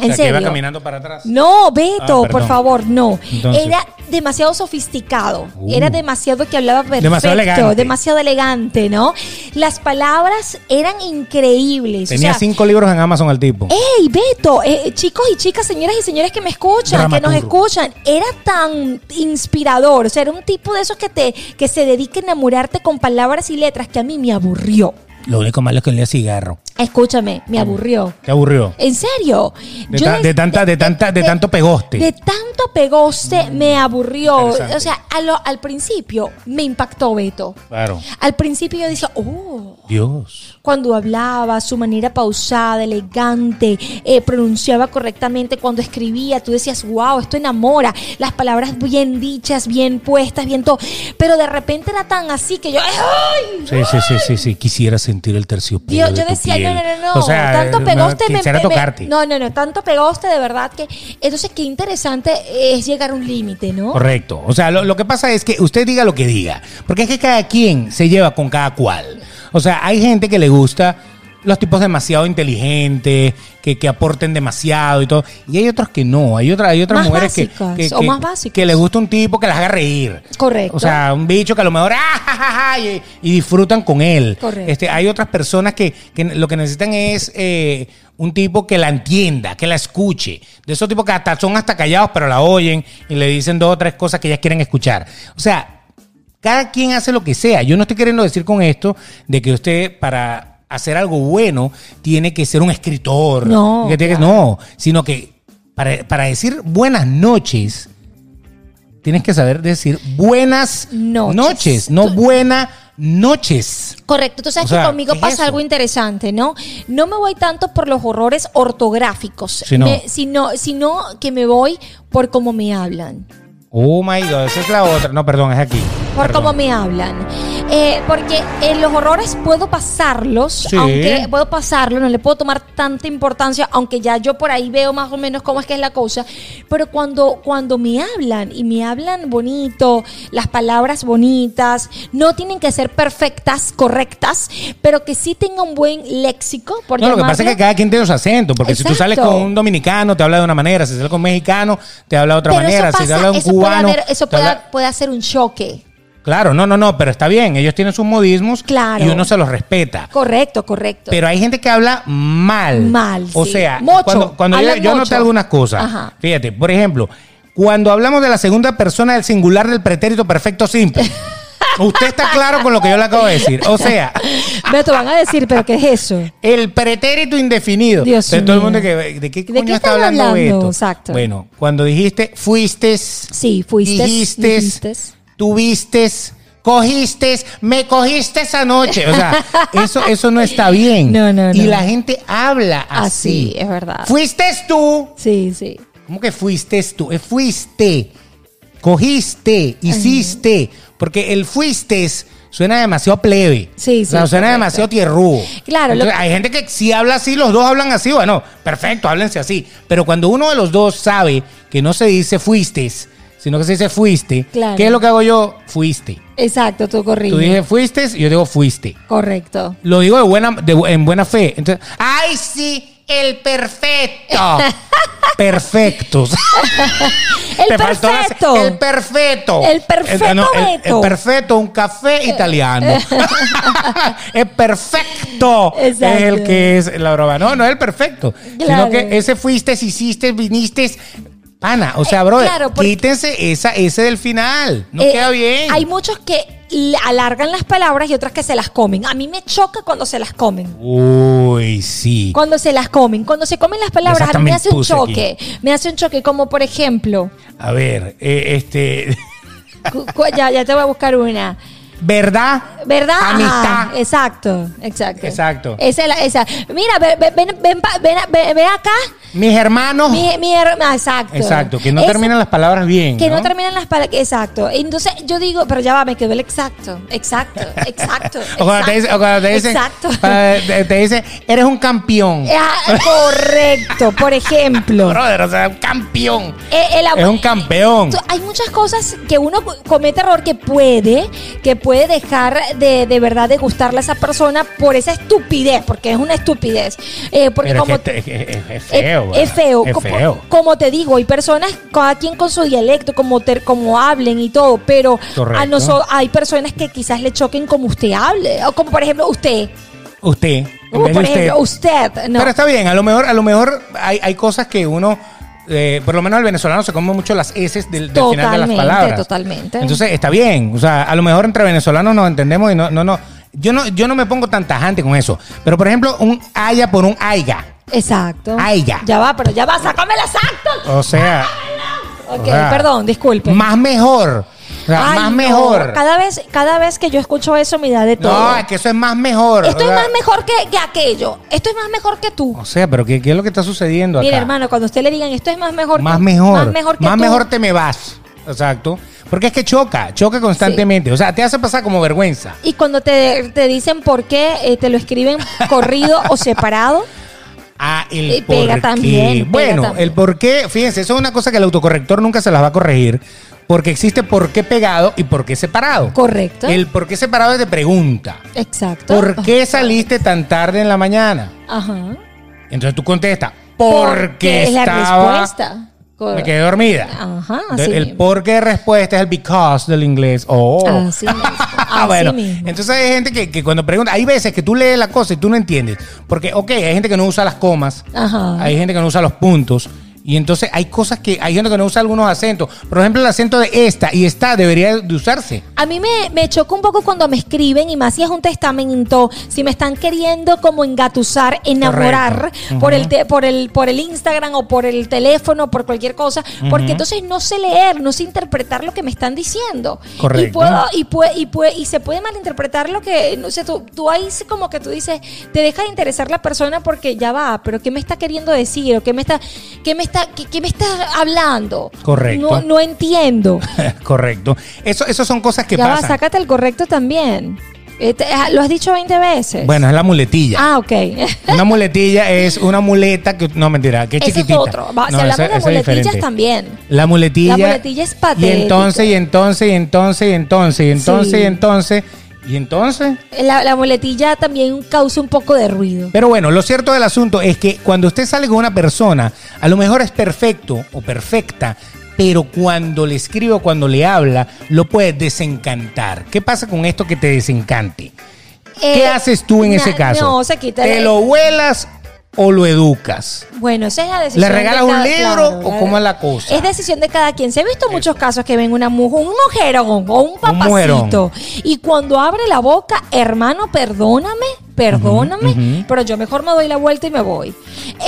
Speaker 1: O sea,
Speaker 2: En
Speaker 1: que iba
Speaker 2: serio.
Speaker 1: caminando para atrás.
Speaker 2: No, Beto,
Speaker 1: Ah,
Speaker 2: por
Speaker 1: perdón.
Speaker 2: favor, no.
Speaker 1: Entonces.
Speaker 2: Era demasiado sofisticado.
Speaker 1: Uh.
Speaker 2: Era demasiado que hablaba perfecto.
Speaker 1: Demasiado elegante.
Speaker 2: demasiado elegante, ¿no? Las palabras eran increíbles. o
Speaker 1: Tenía
Speaker 2: sea,
Speaker 1: cinco libros en Amazon al tipo.
Speaker 2: ¡Ey, Beto! eh, chicos y chicas, señoras y señores que me escuchan, que nos
Speaker 1: Dramaturgo.
Speaker 2: escuchan, era tan inspirador. O sea, era un tipo de esos que, te, que se dedica a enamorarte con palabras y letras que a mí me aburrió.
Speaker 1: Lo único malo es que olía a cigarro.
Speaker 2: Escúchame, me aburrió.
Speaker 1: ¿Te aburrió?
Speaker 2: ¿En serio?
Speaker 1: De,
Speaker 2: Eh, Yo
Speaker 1: ta-
Speaker 2: des-
Speaker 1: de tanta, de, tanta, de, tanto pegoste.
Speaker 2: De tanto pegoste me aburrió.
Speaker 1: Interesante.
Speaker 2: O sea, a lo- al principio me impactó Beto.
Speaker 1: claro.
Speaker 2: Al principio yo dije, oh,
Speaker 1: Dios.
Speaker 2: cuando hablaba, su manera pausada, elegante, eh, pronunciaba correctamente cuando escribía, tú decías, wow, esto enamora, las palabras bien dichas, bien puestas, bien todo, pero de repente era tan así que yo, ¡ay!
Speaker 1: Sí, sí, sí, sí, sí. Quisiera sentir el terciopelo.
Speaker 2: Dios,
Speaker 1: de
Speaker 2: yo
Speaker 1: tu
Speaker 2: decía,
Speaker 1: piel.
Speaker 2: no, no, no, no,
Speaker 1: O sea,
Speaker 2: tanto
Speaker 1: no,
Speaker 2: pegoste me-
Speaker 1: Quisiera
Speaker 2: me-
Speaker 1: tocarte.
Speaker 2: No, no, no, tanto pegoste de verdad que. Entonces, qué interesante es llegar a un límite, ¿no?
Speaker 1: Correcto. O sea, lo, lo que pasa es que usted diga lo que diga. Porque es que cada quien se lleva con cada cual. O sea, hay gente que le gusta los tipos demasiado inteligentes, que, que aporten demasiado y todo. Y hay otros que no. Hay, otra, hay otras
Speaker 2: Más
Speaker 1: mujeres que-
Speaker 2: básicas,
Speaker 1: que, que,
Speaker 2: o más básicos.
Speaker 1: que les gusta un tipo que las haga reír.
Speaker 2: Correcto.
Speaker 1: O sea, un bicho que a lo mejor ¡ah, ja, ja, ja! y, y disfrutan con él.
Speaker 2: Correcto.
Speaker 1: Este, hay otras personas que, que lo que necesitan es eh, un tipo que la entienda, que la escuche. De esos tipos que hasta son hasta callados, pero la oyen y le dicen dos o tres cosas que ellas quieren escuchar. O sea, cada quien hace lo que sea. Yo no estoy queriendo decir con esto de que usted para hacer algo bueno tiene que ser un escritor.
Speaker 2: No,
Speaker 1: que tiene que- no sino que para, para decir buenas noches, tienes que saber decir buenas
Speaker 2: Noches.
Speaker 1: noches, no buenas noches.
Speaker 2: Correcto, tú sabes
Speaker 1: O sea,
Speaker 2: que conmigo
Speaker 1: ¿qué es
Speaker 2: pasa
Speaker 1: eso?
Speaker 2: algo interesante, ¿no? No me voy tanto por los horrores ortográficos,
Speaker 1: Sí, no.
Speaker 2: me- sino, sino que me voy por cómo me hablan.
Speaker 1: Oh my God, esa es la otra. No, perdón, es aquí.
Speaker 2: Por
Speaker 1: Perdón.
Speaker 2: cómo me hablan. Eh, porque eh, los horrores puedo pasarlos,
Speaker 1: Sí.
Speaker 2: aunque puedo pasarlo, no le puedo tomar tanta importancia, aunque ya yo por ahí veo más o menos cómo es que es la cosa. Pero cuando, cuando me hablan y me hablan bonito, las palabras bonitas, no tienen que ser perfectas, correctas, pero que sí tenga un buen léxico. Porque
Speaker 1: No, lo que
Speaker 2: me
Speaker 1: pasa es que
Speaker 2: hablan-
Speaker 1: cada quien tiene su acento, porque si tú sales
Speaker 2: Exacto.
Speaker 1: con un dominicano te habla de una manera, si sales con un mexicano te habla de otra
Speaker 2: Pero
Speaker 1: manera,
Speaker 2: eso
Speaker 1: si te
Speaker 2: pasa,
Speaker 1: habla de un
Speaker 2: eso
Speaker 1: cubano.
Speaker 2: Puede haber- eso
Speaker 1: te
Speaker 2: puede,
Speaker 1: habla-
Speaker 2: puede hacer un choque.
Speaker 1: Claro, no, no, no, pero está bien, ellos tienen sus modismos
Speaker 2: Claro.
Speaker 1: y uno se los respeta.
Speaker 2: Correcto, correcto.
Speaker 1: Pero hay gente que habla mal.
Speaker 2: Mal,
Speaker 1: O
Speaker 2: sí.
Speaker 1: sea,
Speaker 2: Mucho.
Speaker 1: cuando, cuando yo,
Speaker 2: Hablan
Speaker 1: yo
Speaker 2: mucho.
Speaker 1: noté algunas cosas.
Speaker 2: Ajá.
Speaker 1: Fíjate, por ejemplo, cuando hablamos de la segunda persona del singular del pretérito perfecto
Speaker 2: [LAUGHS]
Speaker 1: simple. Usted está claro con lo que yo le acabo de decir. O sea,
Speaker 2: Beto, van a decir, ¿pero qué es eso?
Speaker 1: el pretérito indefinido.
Speaker 2: Dios
Speaker 1: Entonces, todo el
Speaker 2: mío.
Speaker 1: mundo que ¿de qué
Speaker 2: ¿De
Speaker 1: coño
Speaker 2: qué
Speaker 1: está
Speaker 2: están
Speaker 1: hablando,
Speaker 2: hablando?
Speaker 1: esto?
Speaker 2: Exacto.
Speaker 1: Bueno, cuando dijiste fuiste,
Speaker 2: Sí, fuiste.
Speaker 1: dijiste,
Speaker 2: dijiste.
Speaker 1: tuviste, cogiste, me cogiste anoche. O
Speaker 2: [LAUGHS]
Speaker 1: sea, eso, eso no está bien.
Speaker 2: No, no,
Speaker 1: Y
Speaker 2: no.
Speaker 1: la gente habla así.
Speaker 2: Así, es verdad.
Speaker 1: Fuiste tú.
Speaker 2: Sí, sí.
Speaker 1: ¿Cómo que fuiste tú? Eh, Fuiste, cogiste, hiciste. Porque el fuiste suena demasiado plebe.
Speaker 2: Sí, sí,
Speaker 1: O sea, suena
Speaker 2: correcto.
Speaker 1: demasiado tierrudo.
Speaker 2: Claro, lo
Speaker 1: Entonces,
Speaker 2: que-
Speaker 1: Hay gente que si habla así, los dos hablan así. Bueno, perfecto, háblense así. Pero cuando uno de los dos sabe que no se dice fuiste, sino que se dice fuiste,
Speaker 2: Claro.
Speaker 1: ¿qué es lo que hago yo? Fuiste.
Speaker 2: Exacto, tú corriges.
Speaker 1: Tú dije fuiste, y yo digo fuiste.
Speaker 2: Correcto.
Speaker 1: Lo digo de buena, de bu- en buena fe. Entonces, ¡ay, sí! El
Speaker 2: [LAUGHS]
Speaker 1: perfecto. Perfectos.
Speaker 2: El
Speaker 1: Te faltó la-
Speaker 2: perfecto.
Speaker 1: el perfecto.
Speaker 2: El perfecto
Speaker 1: Eh, no, el,
Speaker 2: Beto. Eh.
Speaker 1: el perfecto, un café italiano.
Speaker 2: [LAUGHS]
Speaker 1: el perfecto
Speaker 2: Exacto.
Speaker 1: es el que es la broma. No, no es el perfecto. Sino
Speaker 2: Claro.
Speaker 1: que ese fuiste, hiciste, viniste. Pana, o sea, brother,
Speaker 2: Eh, claro, porque-
Speaker 1: quítense esa, ese del final. No
Speaker 2: Eh,
Speaker 1: queda bien.
Speaker 2: Hay muchos que l- alargan las palabras y otras que se las comen. A mí me choca cuando se las comen.
Speaker 1: Uy, sí.
Speaker 2: Cuando se las comen. Cuando se comen las palabras, a mí me
Speaker 1: Exactamente,
Speaker 2: hace un
Speaker 1: puse aquí.
Speaker 2: choque. Me hace un choque, como por ejemplo.
Speaker 1: A ver, eh, este. [LAUGHS]
Speaker 2: cu- cu- ya, ya te voy a buscar una.
Speaker 1: ¿Verdad?
Speaker 2: ¿Verdad? Ajá,
Speaker 1: Amistad.
Speaker 2: exacto, exacto.
Speaker 1: Exacto.
Speaker 2: Esa es la, esa. Mira, ve- ve- ven, ven pa- ven a- ve- ve acá.
Speaker 1: Mis hermanos.
Speaker 2: Mi, mi herma- exacto.
Speaker 1: Exacto, que no
Speaker 2: Ese-
Speaker 1: terminan las palabras bien.
Speaker 2: Que no,
Speaker 1: ¿no?
Speaker 2: terminan las palabras. Exacto. Entonces yo digo, pero ya va, me quedó el exacto.
Speaker 1: [LAUGHS]
Speaker 2: Exacto. Exacto.
Speaker 1: O cuando te dicen, o cuando te dicen, [LAUGHS]
Speaker 2: Exacto.
Speaker 1: cuando te- te dicen, eres un campeón.
Speaker 2: [LAUGHS] Ah, correcto. Por ejemplo.
Speaker 1: Brother, o sea, un campeón.
Speaker 2: eh, el ab-
Speaker 1: Es un campeón.
Speaker 2: Tú- Hay muchas cosas que uno co- comete error que puede, que puede dejar de, de verdad de gustarle a esa persona por esa estupidez, porque es una estupidez. Eh, porque
Speaker 1: Pero es
Speaker 2: como
Speaker 1: que este te- es, es- es
Speaker 2: Es-
Speaker 1: feo.
Speaker 2: Es,
Speaker 1: ¿verdad?
Speaker 2: feo.
Speaker 1: Es
Speaker 2: Co- co-
Speaker 1: feo.
Speaker 2: Como, te digo, hay personas, cada quien con su dialecto, como, ter- como hablen y todo, pero
Speaker 1: Correcto.
Speaker 2: a nosotros hay personas que quizás le choquen como usted hable, o como por ejemplo usted,
Speaker 1: Usted. en
Speaker 2: como
Speaker 1: vez de
Speaker 2: por
Speaker 1: usted.
Speaker 2: ejemplo usted, no.
Speaker 1: Pero está bien, a lo mejor, a lo mejor hay, hay cosas que uno. eh, por lo menos el venezolano se come mucho las S del, del final de las
Speaker 2: Totalmente,
Speaker 1: palabras.
Speaker 2: totalmente.
Speaker 1: Entonces está bien. O sea, a lo mejor entre venezolanos nos entendemos y no, no, no. Yo no, yo no me pongo tan tajante con eso. Pero, por ejemplo, un haya por un aiga.
Speaker 2: Exacto.
Speaker 1: Ay, ya.
Speaker 2: Ya va, pero ya va, sácame la exacto.
Speaker 1: O sea,
Speaker 2: Ok,
Speaker 1: O sea,
Speaker 2: perdón, disculpe.
Speaker 1: más mejor. O sea,
Speaker 2: Ay,
Speaker 1: más
Speaker 2: no,
Speaker 1: mejor.
Speaker 2: Cada vez, cada vez que yo escucho eso me da de todo.
Speaker 1: No, es que eso es más mejor.
Speaker 2: Esto es
Speaker 1: O sea,
Speaker 2: más mejor que, que aquello. Esto es más mejor que tú.
Speaker 1: O sea, pero ¿qué, qué es lo que está sucediendo
Speaker 2: Mira,
Speaker 1: Oh, acá?
Speaker 2: hermano, cuando usted le digan esto es más mejor,
Speaker 1: Más
Speaker 2: que-
Speaker 1: mejor.
Speaker 2: más mejor que tú.
Speaker 1: te me vas. Exacto. Porque es que choca, choca constantemente. O sea, te hace pasar como vergüenza.
Speaker 2: Y cuando te, te dicen por qué, eh, te lo escriben corrido o separado.
Speaker 1: Ah, el
Speaker 2: Y pega
Speaker 1: por
Speaker 2: también,
Speaker 1: qué.
Speaker 2: pega
Speaker 1: Bueno,
Speaker 2: también.
Speaker 1: el por qué, fíjense, eso es una cosa que el autocorrector nunca se las va a corregir. Porque existe por qué pegado y por qué separado.
Speaker 2: Correcto.
Speaker 1: El por qué separado es de pregunta.
Speaker 2: Exacto.
Speaker 1: ¿Por qué saliste tan tarde en la mañana?
Speaker 2: Ajá.
Speaker 1: Entonces tú contestas, porque
Speaker 2: es la
Speaker 1: estaba-
Speaker 2: respuesta. Cor-
Speaker 1: Me quedé dormida.
Speaker 2: Ajá,
Speaker 1: Entonces,
Speaker 2: así
Speaker 1: el
Speaker 2: mismo.
Speaker 1: por qué de respuesta es el because del inglés. Oh. [LAUGHS] Ah,
Speaker 2: Así mismo, así
Speaker 1: bueno,
Speaker 2: mismo.
Speaker 1: entonces hay gente que, que cuando pregunta, hay veces que tú lees la cosa y tú no entiendes. Porque, ok, hay gente que no usa las comas,
Speaker 2: Ajá.
Speaker 1: hay gente que no usa los puntos. Y entonces hay cosas que hay gente que no usa algunos acentos. Por ejemplo, el acento de esta y esta debería de usarse. [LAUGHS]
Speaker 2: A mí me, me choca un poco cuando me escriben y más si es un testamento, si me están queriendo como engatusar, enamorar
Speaker 1: Correcto.
Speaker 2: por
Speaker 1: Ujú.
Speaker 2: el te- por el por el Instagram o por el teléfono, por cualquier cosa, porque entonces no sé leer, no sé interpretar lo que me están diciendo. Y
Speaker 1: Correcto.
Speaker 2: puedo y pue- y pue- y se puede malinterpretar lo que no sé, tú, tú ahí sí como que tú dices, te deja de interesar la persona porque ya va, pero qué me está queriendo decir o qué me está qué me está qué, qué me está hablando.
Speaker 1: Correcto.
Speaker 2: No no entiendo.
Speaker 1: Correcto. Eso, eso son cosas que
Speaker 2: Ya va,
Speaker 1: pasan.
Speaker 2: sácate el correcto también. Eh, te- ah, lo has dicho 20 veces.
Speaker 1: Bueno, es la muletilla.
Speaker 2: Ah, ok.
Speaker 1: Una muletilla es una muleta que. No, mentira, que es
Speaker 2: Ese es
Speaker 1: chiquitita.
Speaker 2: otro. Va, si
Speaker 1: No,
Speaker 2: hablamos
Speaker 1: esa-
Speaker 2: de
Speaker 1: esa es
Speaker 2: muletillas
Speaker 1: diferente.
Speaker 2: también.
Speaker 1: La muletilla.
Speaker 2: La muletilla es patética.
Speaker 1: Y entonces, y entonces, y entonces, y entonces, y entonces,
Speaker 2: Sí.
Speaker 1: y entonces, y entonces.
Speaker 2: La, la muletilla también causa un poco de ruido.
Speaker 1: Pero bueno, lo cierto del asunto es que cuando usted sale con una persona, a lo mejor es perfecto o perfecta, pero cuando le escribe o cuando le habla, lo puede desencantar. ¿Qué pasa con esto que te desencante? ¿Qué
Speaker 2: Eh,
Speaker 1: haces tú en
Speaker 2: na-
Speaker 1: ese caso?
Speaker 2: No, se quita.
Speaker 1: ¿Te lo vuelas o lo educas?
Speaker 2: Bueno, esa es la decisión.
Speaker 1: ¿Le
Speaker 2: de
Speaker 1: regalas un
Speaker 2: cada-
Speaker 1: libro
Speaker 2: claro,
Speaker 1: o cómo es la cosa?
Speaker 2: Es decisión de cada quien. Se han visto muchos casos que ven una mujer, un mujerón o un
Speaker 1: mujerón.
Speaker 2: papacito. y cuando abre la boca, hermano, perdóname, perdóname, pero yo mejor me doy la vuelta y me voy.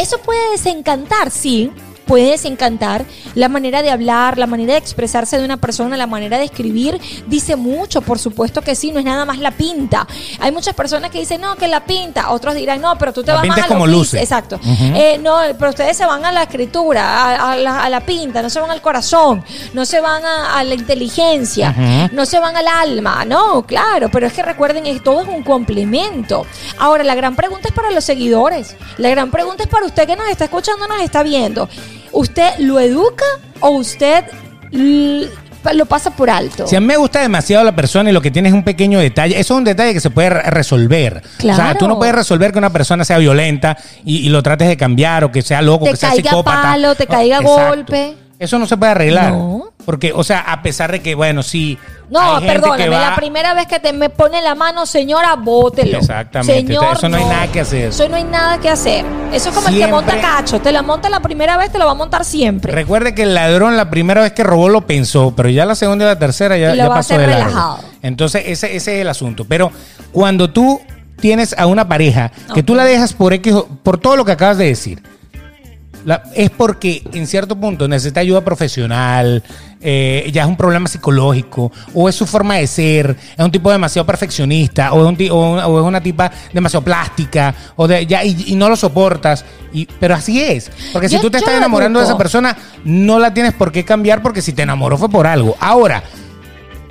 Speaker 2: Eso puede desencantar, sí. Puede desencantar la manera de hablar, la manera de expresarse de una persona, la manera de escribir. Dice mucho, por supuesto que sí, no es nada más la pinta. Hay muchas personas que dicen, no, que la pinta. Otros dirán, no, pero tú te
Speaker 1: La
Speaker 2: vas
Speaker 1: pinta
Speaker 2: más
Speaker 1: es
Speaker 2: a lo
Speaker 1: como
Speaker 2: físico".
Speaker 1: luce.
Speaker 2: Exacto. Eh, no, pero ustedes se van a la escritura, a, a la, a la pinta, no se van al corazón, no se van a, a la inteligencia, no se van al alma, no, claro, pero es que recuerden, es, todo es un complemento. Ahora, la gran pregunta es para los seguidores, la gran pregunta es para usted que nos está escuchando, nos está viendo. ¿Usted lo educa o usted l- lo pasa por alto?
Speaker 1: Si a mí me gusta demasiado la persona y lo que tiene es un pequeño detalle, eso es un detalle que se puede re- resolver. O sea,
Speaker 2: Claro.
Speaker 1: tú no puedes resolver que una persona sea violenta y, y lo trates de cambiar o que sea loco,
Speaker 2: Te
Speaker 1: que sea
Speaker 2: caiga
Speaker 1: psicópata.
Speaker 2: palo, te
Speaker 1: No,
Speaker 2: caiga golpe.
Speaker 1: Eso no se puede arreglar.
Speaker 2: No.
Speaker 1: Porque, o sea, a pesar de que, bueno, sí. hay
Speaker 2: No,
Speaker 1: gente que
Speaker 2: perdóname,
Speaker 1: va-
Speaker 2: la primera vez que te me pone la mano, señora, bótelo.
Speaker 1: Exactamente, entonces, eso no hay nada que hacer.
Speaker 2: Eso no hay nada que hacer. Eso es como el que
Speaker 1: Siempre-
Speaker 2: monta cacho, te la monta la primera vez, te la va a montar siempre.
Speaker 1: Recuerde que el ladrón la primera vez que robó lo pensó, pero ya la segunda y la tercera ya,
Speaker 2: Y lo
Speaker 1: ya
Speaker 2: va a
Speaker 1: pasó
Speaker 2: hacer
Speaker 1: de largo.
Speaker 2: relajado.
Speaker 1: Entonces ese, ese es el asunto. Pero cuando tú tienes a una pareja que tú
Speaker 2: Ok.
Speaker 1: la dejas por X, o- por todo lo que acabas de decir, la- es porque en cierto punto necesita ayuda profesional, eh, ya es un problema psicológico, o es su forma de ser, es un tipo demasiado perfeccionista, o es, un ti- o una, o es una tipa demasiado plástica, o de, ya, y, y no lo soportas. Y, pero así es. Porque si
Speaker 2: Yo-
Speaker 1: tú te
Speaker 2: yo
Speaker 1: estás
Speaker 2: lo
Speaker 1: enamorando de
Speaker 2: educo.
Speaker 1: esa persona, no la tienes por qué cambiar porque si te enamoró fue por algo. Ahora,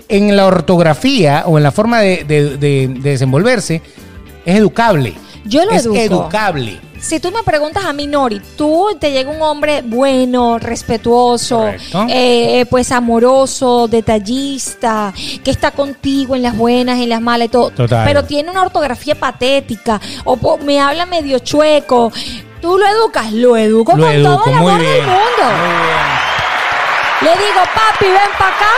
Speaker 1: en la ortografía o en la forma de, de- de- de desenvolverse, es educable.
Speaker 2: Yo lo
Speaker 1: es
Speaker 2: educo.
Speaker 1: educable.
Speaker 2: Si tú me preguntas a mí, Nori, tú te llega un hombre bueno, respetuoso,
Speaker 1: Correcto.
Speaker 2: eh, pues amoroso, detallista, que está contigo en las buenas, en las malas y todo,
Speaker 1: Total.
Speaker 2: pero tiene una ortografía patética o po- me habla medio chueco. Tú lo educas, lo educo
Speaker 1: Lo
Speaker 2: con
Speaker 1: educo,
Speaker 2: todo el
Speaker 1: muy
Speaker 2: amor
Speaker 1: bien.
Speaker 2: del mundo. Le digo, papi, ven para acá.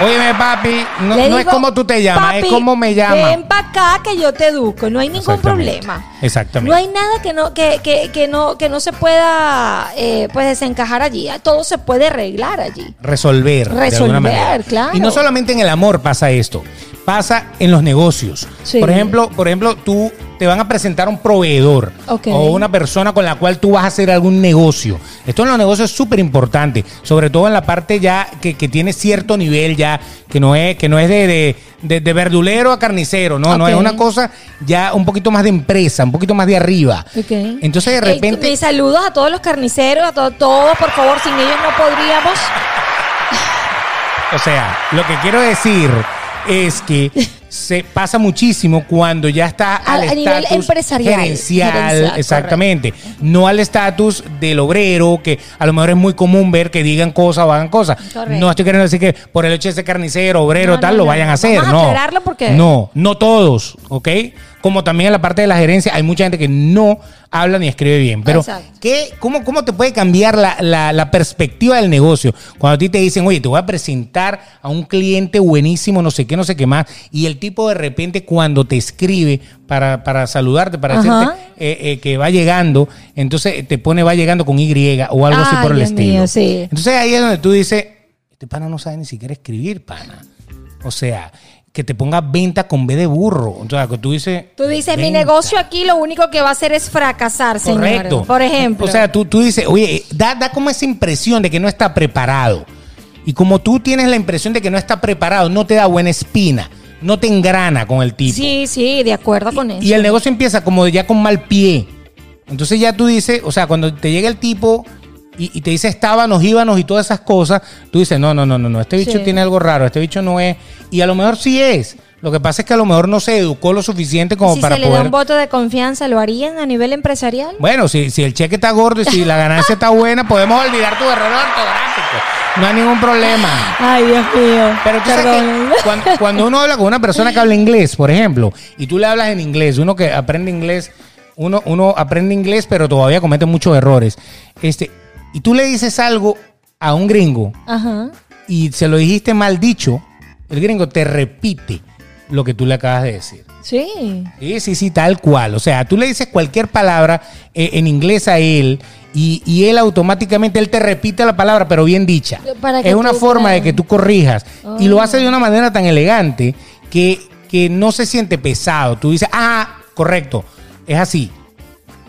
Speaker 1: Óyeme, papi, no,
Speaker 2: Le
Speaker 1: no es
Speaker 2: digo,
Speaker 1: como tú te llamas, es
Speaker 2: "Papi,
Speaker 1: como me
Speaker 2: Ven
Speaker 1: llamas.
Speaker 2: para acá que yo te educo, no hay ningún
Speaker 1: Exactamente.
Speaker 2: problema.
Speaker 1: Exactamente.
Speaker 2: No hay nada que no, que, que, que no, que no se pueda eh, pues desencajar allí. Todo se puede arreglar allí.
Speaker 1: Resolver. de alguna
Speaker 2: Resolver,
Speaker 1: manera.
Speaker 2: claro.
Speaker 1: Y no solamente en el amor pasa esto. pasa en los negocios.
Speaker 2: Sí.
Speaker 1: Por ejemplo, por ejemplo, tú te van a presentar un proveedor
Speaker 2: Ok.
Speaker 1: o una persona con la cual tú vas a hacer algún negocio. Esto en los negocios es súper importante, sobre todo en la parte ya que, que tiene cierto nivel ya, que no es, que no es de, de- de- de verdulero a carnicero, no, no,
Speaker 2: Ok.
Speaker 1: es una cosa ya un poquito más de empresa, un poquito más de arriba.
Speaker 2: Ok.
Speaker 1: Entonces de
Speaker 2: Eh,
Speaker 1: repente...
Speaker 2: mis saludos a todos los carniceros, a to- todos, por favor, sin ellos no podríamos.
Speaker 1: O sea, lo que quiero decir es que se pasa muchísimo cuando ya está
Speaker 2: A-
Speaker 1: al
Speaker 2: a nivel
Speaker 1: estatus
Speaker 2: empresarial,
Speaker 1: gerencial,
Speaker 2: gerencial,
Speaker 1: exactamente, no al estatus del obrero que a lo mejor es muy común ver que digan cosas o hagan cosas.
Speaker 2: Correcto.
Speaker 1: No estoy queriendo decir que por el hecho de ser carnicero, obrero,
Speaker 2: No,
Speaker 1: tal
Speaker 2: no,
Speaker 1: lo
Speaker 2: no,
Speaker 1: vayan
Speaker 2: no.
Speaker 1: a hacer,
Speaker 2: Vamos a
Speaker 1: no.
Speaker 2: aclararlo porque-
Speaker 1: No, no todos, ¿ok? Como también en la parte de la gerencia hay mucha gente que no habla ni escribe bien, pero
Speaker 2: Exacto.
Speaker 1: ¿Qué- cómo, ¿Cómo te puede cambiar la, la- la perspectiva del negocio? Cuando a ti te dicen, oye, te voy a presentar a un cliente buenísimo, no sé qué, no sé qué más, y el tipo de repente cuando te escribe para, para saludarte, para
Speaker 2: Ajá.
Speaker 1: decirte eh, eh, que va llegando, entonces eh, te pone va llegando con Y o algo así
Speaker 2: Ay,
Speaker 1: por el
Speaker 2: Dios
Speaker 1: estilo.
Speaker 2: mío, sí.
Speaker 1: Entonces ahí es donde tú dices, este pana no sabe ni siquiera escribir, pana. O sea, que te ponga venta con B de burro. O sea, que tú dices...
Speaker 2: Tú dices, mi
Speaker 1: "Venta".
Speaker 2: negocio aquí lo único que va a hacer es fracasar, señor.
Speaker 1: Correcto.
Speaker 2: Por ejemplo.
Speaker 1: O sea, tú, tú dices, oye, da, da como esa impresión de que no está preparado. Y como tú tienes la impresión de que no está preparado, no te da buena espina, no te engrana con el tipo.
Speaker 2: sí, sí, de acuerdo con eso.
Speaker 1: Y el negocio empieza como ya con mal pie. Entonces ya tú dices, o sea, cuando te llega el tipo y, y te dice estábanos, íbanos y todas esas cosas, tú dices, no, no, no, no, no, este bicho
Speaker 2: Sí.
Speaker 1: tiene algo raro, este bicho no es. Y a lo mejor sí es. Lo que pasa es que a lo mejor no se educó lo suficiente como
Speaker 2: si
Speaker 1: para
Speaker 2: se le
Speaker 1: poder.
Speaker 2: da un voto de confianza, ¿lo harían a nivel empresarial?
Speaker 1: Bueno, si, si el cheque está gordo y si la ganancia está buena, podemos olvidar tu error ortográfico. No hay ningún problema.
Speaker 2: Ay, Dios mío.
Speaker 1: Pero tú sabes que
Speaker 2: Perdón.
Speaker 1: cuan- cuando, uno habla con una persona que habla inglés, por ejemplo, y tú le hablas en inglés, uno que aprende inglés, uno, uno aprende inglés, pero todavía comete muchos errores. Este, y tú le dices algo a un gringo
Speaker 2: Ajá.
Speaker 1: y se lo dijiste mal dicho, el gringo te repite lo que tú le acabas de decir.
Speaker 2: Sí.
Speaker 1: Sí, sí, sí, tal cual. O sea, tú le dices cualquier palabra eh, en inglés a él y, y él automáticamente, él te repite la palabra, pero bien dicha.
Speaker 2: Para que
Speaker 1: es una
Speaker 2: tú-
Speaker 1: forma de
Speaker 2: claro.
Speaker 1: que tú corrijas. Y
Speaker 2: Oh.
Speaker 1: lo hace de una manera tan elegante que, que no se siente pesado. Tú dices, ah, correcto, es así.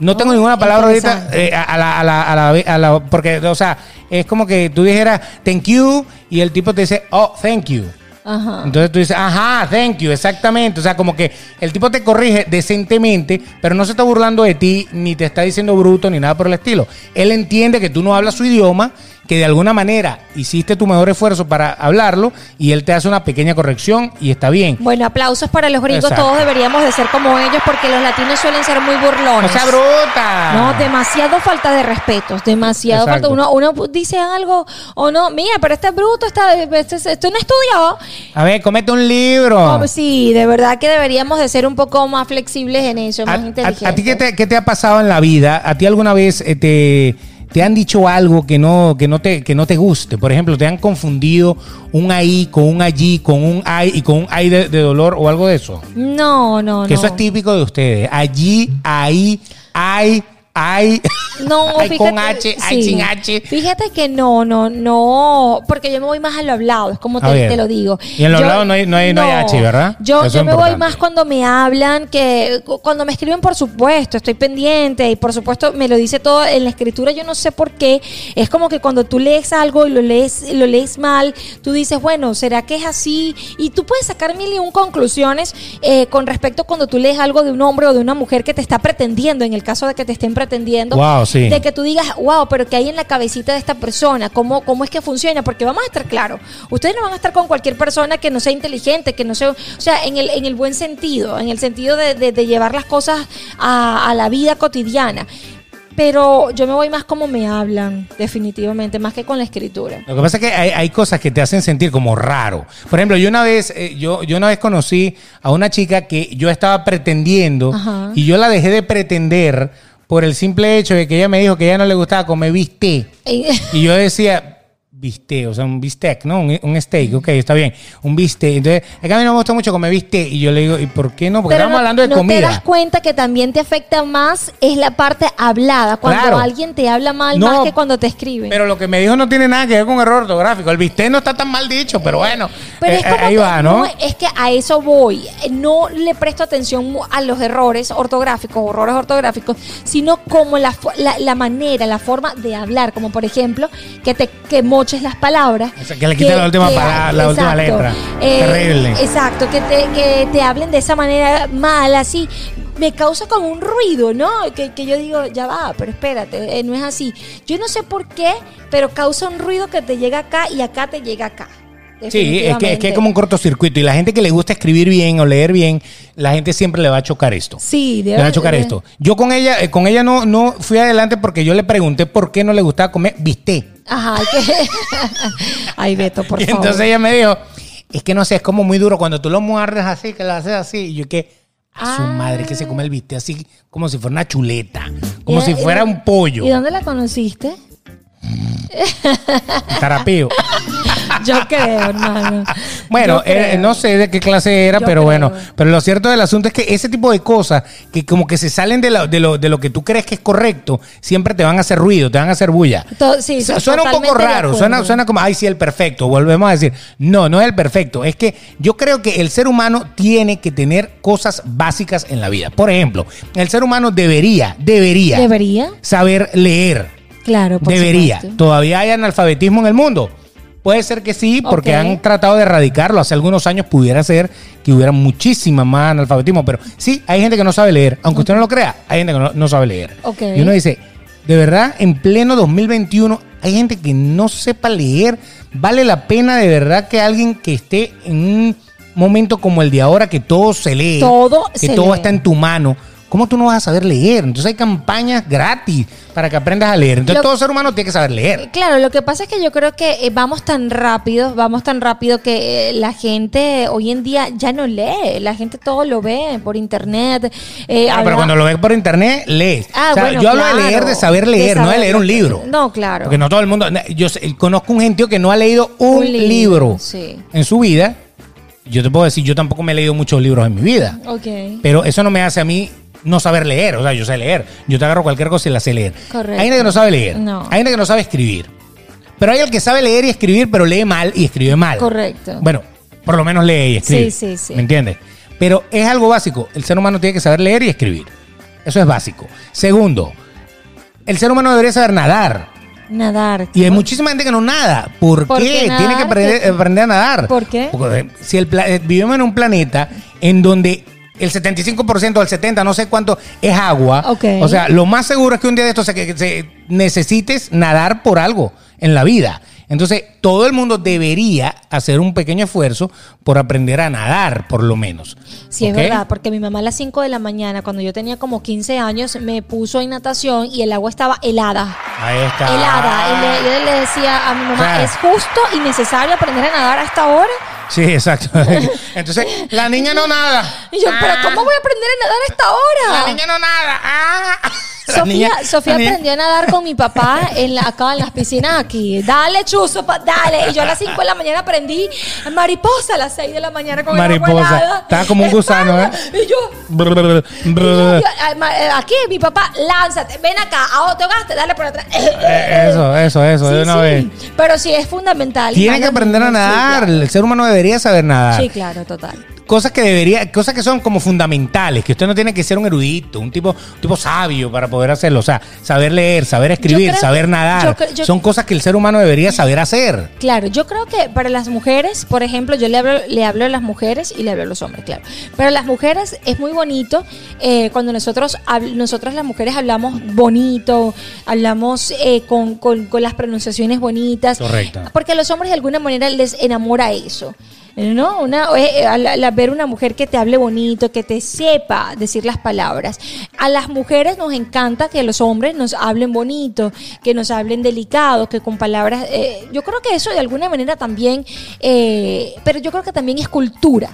Speaker 1: No tengo
Speaker 2: Oh,
Speaker 1: ninguna palabra ahorita
Speaker 2: interesante.
Speaker 1: eh, a, a la, a, la, a, la, a la- Porque, o sea, es como que tú dijeras, thank you, y el tipo te dice, oh, thank you.
Speaker 2: Ajá.
Speaker 1: Entonces tú dices, ajá, thank you, exactamente. O sea, como que el tipo te corrige decentemente, pero no se está burlando de ti, ni te está diciendo bruto, ni nada por el estilo. Él entiende que tú no hablas su idioma, que de alguna manera hiciste tu mejor esfuerzo para hablarlo, y él te hace una pequeña corrección y está bien.
Speaker 2: Bueno, aplausos para los gringos.
Speaker 1: Exacto.
Speaker 2: Todos deberíamos de ser como ellos porque los latinos suelen ser muy
Speaker 1: ¡No
Speaker 2: burlones.
Speaker 1: sea bruta!
Speaker 2: No, demasiado falta de respeto, demasiado
Speaker 1: Exacto.
Speaker 2: falta. Uno, uno dice algo o no, mira, pero este bruto está, este, este no estudió.
Speaker 1: A ver, comete un libro.
Speaker 2: Oh, sí, de verdad que deberíamos de ser un poco más flexibles en eso,
Speaker 1: ¿A,
Speaker 2: más inteligentes.
Speaker 1: a- a ti qué te, qué te ha pasado en la vida? ¿A ti alguna vez eh, te, te han dicho algo que no, que, no te, que no te guste? Por ejemplo, ¿te han confundido un ahí con un allí, con un ay y con un ay de, de dolor o algo de eso?
Speaker 2: No, no,
Speaker 1: Que
Speaker 2: no.
Speaker 1: eso es típico de ustedes. Allí, ahí, ay, ay. [LAUGHS]
Speaker 2: No,
Speaker 1: ay
Speaker 2: fíjate,
Speaker 1: con H, ay
Speaker 2: sí.
Speaker 1: sin H.
Speaker 2: Fíjate que no, no, no, porque yo me voy más a lo hablado, es como
Speaker 1: A
Speaker 2: te,
Speaker 1: ver.
Speaker 2: te lo digo.
Speaker 1: Y en lo
Speaker 2: Yo-
Speaker 1: hablado no hay- no hay- no hay H, ¿verdad?
Speaker 2: Yo,
Speaker 1: Eso es
Speaker 2: yo me voy
Speaker 1: importante.
Speaker 2: más cuando me hablan, que cu- cuando me escriben, por supuesto, estoy pendiente y por supuesto me lo dice todo en la escritura, yo no sé por qué, es como que cuando tú lees algo y lo lees, lo lees mal, tú dices, bueno, ¿será que es así? Y tú puedes sacar mil y un conclusiones eh, con respecto cuando tú lees algo de un hombre o de una mujer que te está pretendiendo, en el caso de que te estén pretendiendo,
Speaker 1: Wow, sí.
Speaker 2: de que tú digas, wow, pero ¿qué hay en la cabecita de esta persona? ¿Cómo, cómo es que funciona? Porque vamos a estar claros, ustedes no van a estar con cualquier persona que no sea inteligente, que no sea, o sea, en el, en el buen sentido, en el sentido de, de- de llevar las cosas a, a la vida cotidiana. Pero yo me voy más como me hablan, definitivamente, más que con la escritura.
Speaker 1: Lo que pasa es que hay, hay cosas que te hacen sentir como raro. Por ejemplo, yo una vez, eh, yo, yo una vez conocí a una chica que yo estaba pretendiendo
Speaker 2: Ajá.
Speaker 1: y yo la dejé de pretender
Speaker 2: [LAUGHS]
Speaker 1: por el simple hecho de que ella me dijo que ella no le gustaba comer bistec.
Speaker 2: Eh,
Speaker 1: Y yo decía, bistec, o sea, un bistec, ¿no? Un, un steak, ok, está bien. Un bistec. Entonces, acá a mí no me gusta mucho comer bistec. Y yo le digo, ¿y por qué no? Porque
Speaker 2: Pero
Speaker 1: estamos
Speaker 2: no,
Speaker 1: hablando de
Speaker 2: no te das
Speaker 1: comida.
Speaker 2: cuenta que también te afecta más es la parte hablada, cuando
Speaker 1: Claro.
Speaker 2: alguien te habla mal
Speaker 1: No,
Speaker 2: más que cuando te escribe.
Speaker 1: Pero lo que me dijo no tiene nada que ver con un error ortográfico. El bistec no está tan mal dicho, pero bueno.
Speaker 2: Pero
Speaker 1: eh,
Speaker 2: es como
Speaker 1: ahí
Speaker 2: que-
Speaker 1: va, ¿no?
Speaker 2: Es que a eso voy. No le presto atención mu- a los errores ortográficos, horrores ortográficos, sino como la, fo- la, la manera, la forma de hablar. Como por ejemplo, que te que moches las palabras.
Speaker 1: O sea, que le quites la última palabra, la última letra.
Speaker 2: Eh,
Speaker 1: Terrible.
Speaker 2: Exacto, que te, que te hablen de esa manera mal, así. Me causa como un ruido, ¿no? Que, que yo digo, ya va, pero espérate, eh, no es así. Yo no sé por qué, pero causa un ruido que te llega acá y acá te llega acá.
Speaker 1: Sí, es que, es que
Speaker 2: Definitivamente.
Speaker 1: es como un cortocircuito. Y la gente que le gusta escribir bien o leer bien, la gente siempre le va a chocar esto.
Speaker 2: Sí, de
Speaker 1: Le va a chocar
Speaker 2: de-
Speaker 1: esto. Yo con ella, eh, con ella no, no fui adelante porque yo le pregunté por qué no le gustaba comer bistec.
Speaker 2: Ajá, hay que. [LAUGHS] Ay, Beto,
Speaker 1: [LAUGHS]
Speaker 2: por
Speaker 1: y
Speaker 2: favor.
Speaker 1: entonces ella me dijo, es que no sé, es como muy duro cuando tú lo muerdes así, que lo haces así. Y yo que, a su
Speaker 2: Ah.
Speaker 1: madre que se come el bistec así, como si fuera una chuleta, como
Speaker 2: ¿Y-
Speaker 1: si
Speaker 2: y-
Speaker 1: fuera un pollo,
Speaker 2: ¿Y dónde la conociste? [LAUGHS]
Speaker 1: tarapío.
Speaker 2: Yo creo, hermano.
Speaker 1: Bueno,
Speaker 2: Yo creo.
Speaker 1: eh, no sé de qué clase era,
Speaker 2: Yo
Speaker 1: pero
Speaker 2: creo.
Speaker 1: bueno. Pero lo cierto del asunto es que ese tipo de cosas que como que se salen de, la- de lo, de lo que tú crees que es correcto, siempre te van a hacer ruido, te van a hacer bulla.
Speaker 2: To- sí,
Speaker 1: Su-
Speaker 2: to-
Speaker 1: suena un poco
Speaker 2: totalmente de
Speaker 1: raro,
Speaker 2: acuerdo.
Speaker 1: suena, suena como, ay, sí, el perfecto. Volvemos a decir, no, no es el perfecto. Es que yo creo que el ser humano tiene que tener cosas básicas en la vida. Por ejemplo, el ser humano debería, debería,
Speaker 2: ¿Debería?
Speaker 1: saber leer.
Speaker 2: Claro, por
Speaker 1: Debería.
Speaker 2: supuesto.
Speaker 1: Todavía hay analfabetismo en el mundo. Puede ser que sí, porque
Speaker 2: Ok.
Speaker 1: han tratado de erradicarlo. Hace algunos años pudiera ser que hubiera muchísima más analfabetismo, pero sí, hay gente que no sabe leer. Aunque usted no lo crea, hay gente que no, no sabe leer.
Speaker 2: Ok.
Speaker 1: Y uno dice, de verdad, en pleno 2021, hay gente que no sepa leer. ¿Vale la pena de verdad que alguien que esté en un momento como el de ahora, que todo se lee,
Speaker 2: Todo
Speaker 1: que
Speaker 2: se
Speaker 1: todo
Speaker 2: lee.
Speaker 1: está en tu mano? ¿Cómo tú no vas a saber leer? Entonces hay campañas gratis para que aprendas a leer. Entonces
Speaker 2: Lo-
Speaker 1: todo ser humano tiene que saber leer.
Speaker 2: Eh, Claro, lo que pasa es que yo creo que eh, vamos tan rápido, vamos tan rápido que eh, la gente hoy en día ya no lee, la gente todo lo ve por internet. eh,
Speaker 1: Claro,
Speaker 2: habla-
Speaker 1: Ah, pero cuando lo ves por internet, lees.
Speaker 2: Ah,
Speaker 1: O sea,
Speaker 2: bueno,
Speaker 1: yo hablo
Speaker 2: claro.
Speaker 1: de leer, de saber
Speaker 2: De
Speaker 1: leer, no de
Speaker 2: saber
Speaker 1: leer un
Speaker 2: leer.
Speaker 1: libro.
Speaker 2: No, claro.
Speaker 1: Porque no todo el mundo. Yo sé- conozco un gentío que no ha leído un,
Speaker 2: Un libro,
Speaker 1: libro,
Speaker 2: sí.
Speaker 1: en su vida. Yo te puedo decir, yo tampoco me he leído muchos libros en mi vida.
Speaker 2: Ok.
Speaker 1: Pero eso no me hace a mí no saber leer. O sea, yo sé leer. Yo te agarro cualquier cosa y la sé leer.
Speaker 2: Correcto.
Speaker 1: Hay gente que no sabe leer.
Speaker 2: No.
Speaker 1: Hay gente que no sabe escribir. Pero hay el que sabe leer y escribir, pero lee mal y escribe mal.
Speaker 2: Correcto.
Speaker 1: Bueno, por lo menos lee y escribe.
Speaker 2: Sí, sí, sí.
Speaker 1: ¿Me entiendes? Pero es algo básico. El ser humano tiene que saber leer y escribir. Eso es básico. Segundo, el ser humano debería saber nadar.
Speaker 2: Nadar.
Speaker 1: Y hay muchísima gente que no nada. ¿Por,
Speaker 2: ¿Por qué
Speaker 1: qué?
Speaker 2: nadar?
Speaker 1: Tiene que aprender, eh,
Speaker 2: ¿Qué?
Speaker 1: aprender a nadar.
Speaker 2: ¿Por qué?
Speaker 1: Porque, eh, si el pla- eh, vivimos en un planeta en donde el 75% del 70%, no sé cuánto, es agua.
Speaker 2: Ok.
Speaker 1: O sea, lo más seguro es que un día de estos se, que se- necesites nadar por algo en la vida. Entonces, todo el mundo debería hacer un pequeño esfuerzo por aprender a nadar, por lo menos.
Speaker 2: Sí,
Speaker 1: ¿Ok?
Speaker 2: es verdad, porque mi mamá a las 5 de la mañana, cuando yo tenía como 15 años, me puso en natación y el agua estaba helada.
Speaker 1: Ahí está.
Speaker 2: Helada. Y le- yo le decía a mi mamá,
Speaker 1: Claro.
Speaker 2: ¿es justo y necesario aprender a nadar a esta hora?
Speaker 1: Sí, exacto. [LAUGHS] Entonces, la niña no nada.
Speaker 2: [LAUGHS] Y yo, ¿pero cómo voy a aprender a nadar a esta hora?
Speaker 1: Ah. La niña no nada. Ah. La
Speaker 2: [LAUGHS] Sofía,
Speaker 1: niña-
Speaker 2: Sofía
Speaker 1: la niña-
Speaker 2: aprendió a nadar con mi papá en la, acá en las piscinas aquí. Dale, chuzo, pa- dale. Y yo a las 5 de la mañana aprendí mariposa a las 6 de la mañana con el agua
Speaker 1: Mariposa.
Speaker 2: helada.
Speaker 1: Estaba como un gusano, ¿eh?
Speaker 2: Y yo,
Speaker 1: Brr, brr,
Speaker 2: Y yo,
Speaker 1: brr.
Speaker 2: yo, ay, ma- eh, aquí mi papá, lánzate, ven acá, ahora te gastes, dale por atrás.
Speaker 1: Eh, Eso, eso, eso,
Speaker 2: Sí,
Speaker 1: de una
Speaker 2: sí.
Speaker 1: vez.
Speaker 2: Pero sí, es fundamental.
Speaker 1: Tiene que
Speaker 2: Manos,
Speaker 1: aprender a
Speaker 2: sí,
Speaker 1: nadar. El ser humano debería saber
Speaker 2: claro.
Speaker 1: nadar.
Speaker 2: Sí, claro, total.
Speaker 1: Cosas que debería, cosas que son como fundamentales, que usted no tiene que ser un erudito, un tipo, un tipo sabio para poder hacerlo. O sea, saber leer, saber escribir,
Speaker 2: creo
Speaker 1: saber
Speaker 2: que-
Speaker 1: nadar.
Speaker 2: yo cre- yo-
Speaker 1: son cosas que el ser humano debería saber hacer.
Speaker 2: Claro, yo creo que para las mujeres, por ejemplo, yo le hablo, le hablo a las mujeres y le hablo a los hombres, claro. Para las mujeres es muy bonito eh, cuando nosotros, habl- nosotras las mujeres hablamos bonito, hablamos eh, con, con- con las pronunciaciones bonitas.
Speaker 1: Correcto.
Speaker 2: Porque a los hombres de alguna manera les enamora eso. ¿No? Una, eh, eh, al- al ver una mujer que te hable bonito, que te sepa decir las palabras. A las mujeres nos encanta que los hombres nos hablen bonito, que nos hablen delicados, que con palabras... eh, yo creo que eso de alguna manera también... eh, pero yo creo que también es cultura.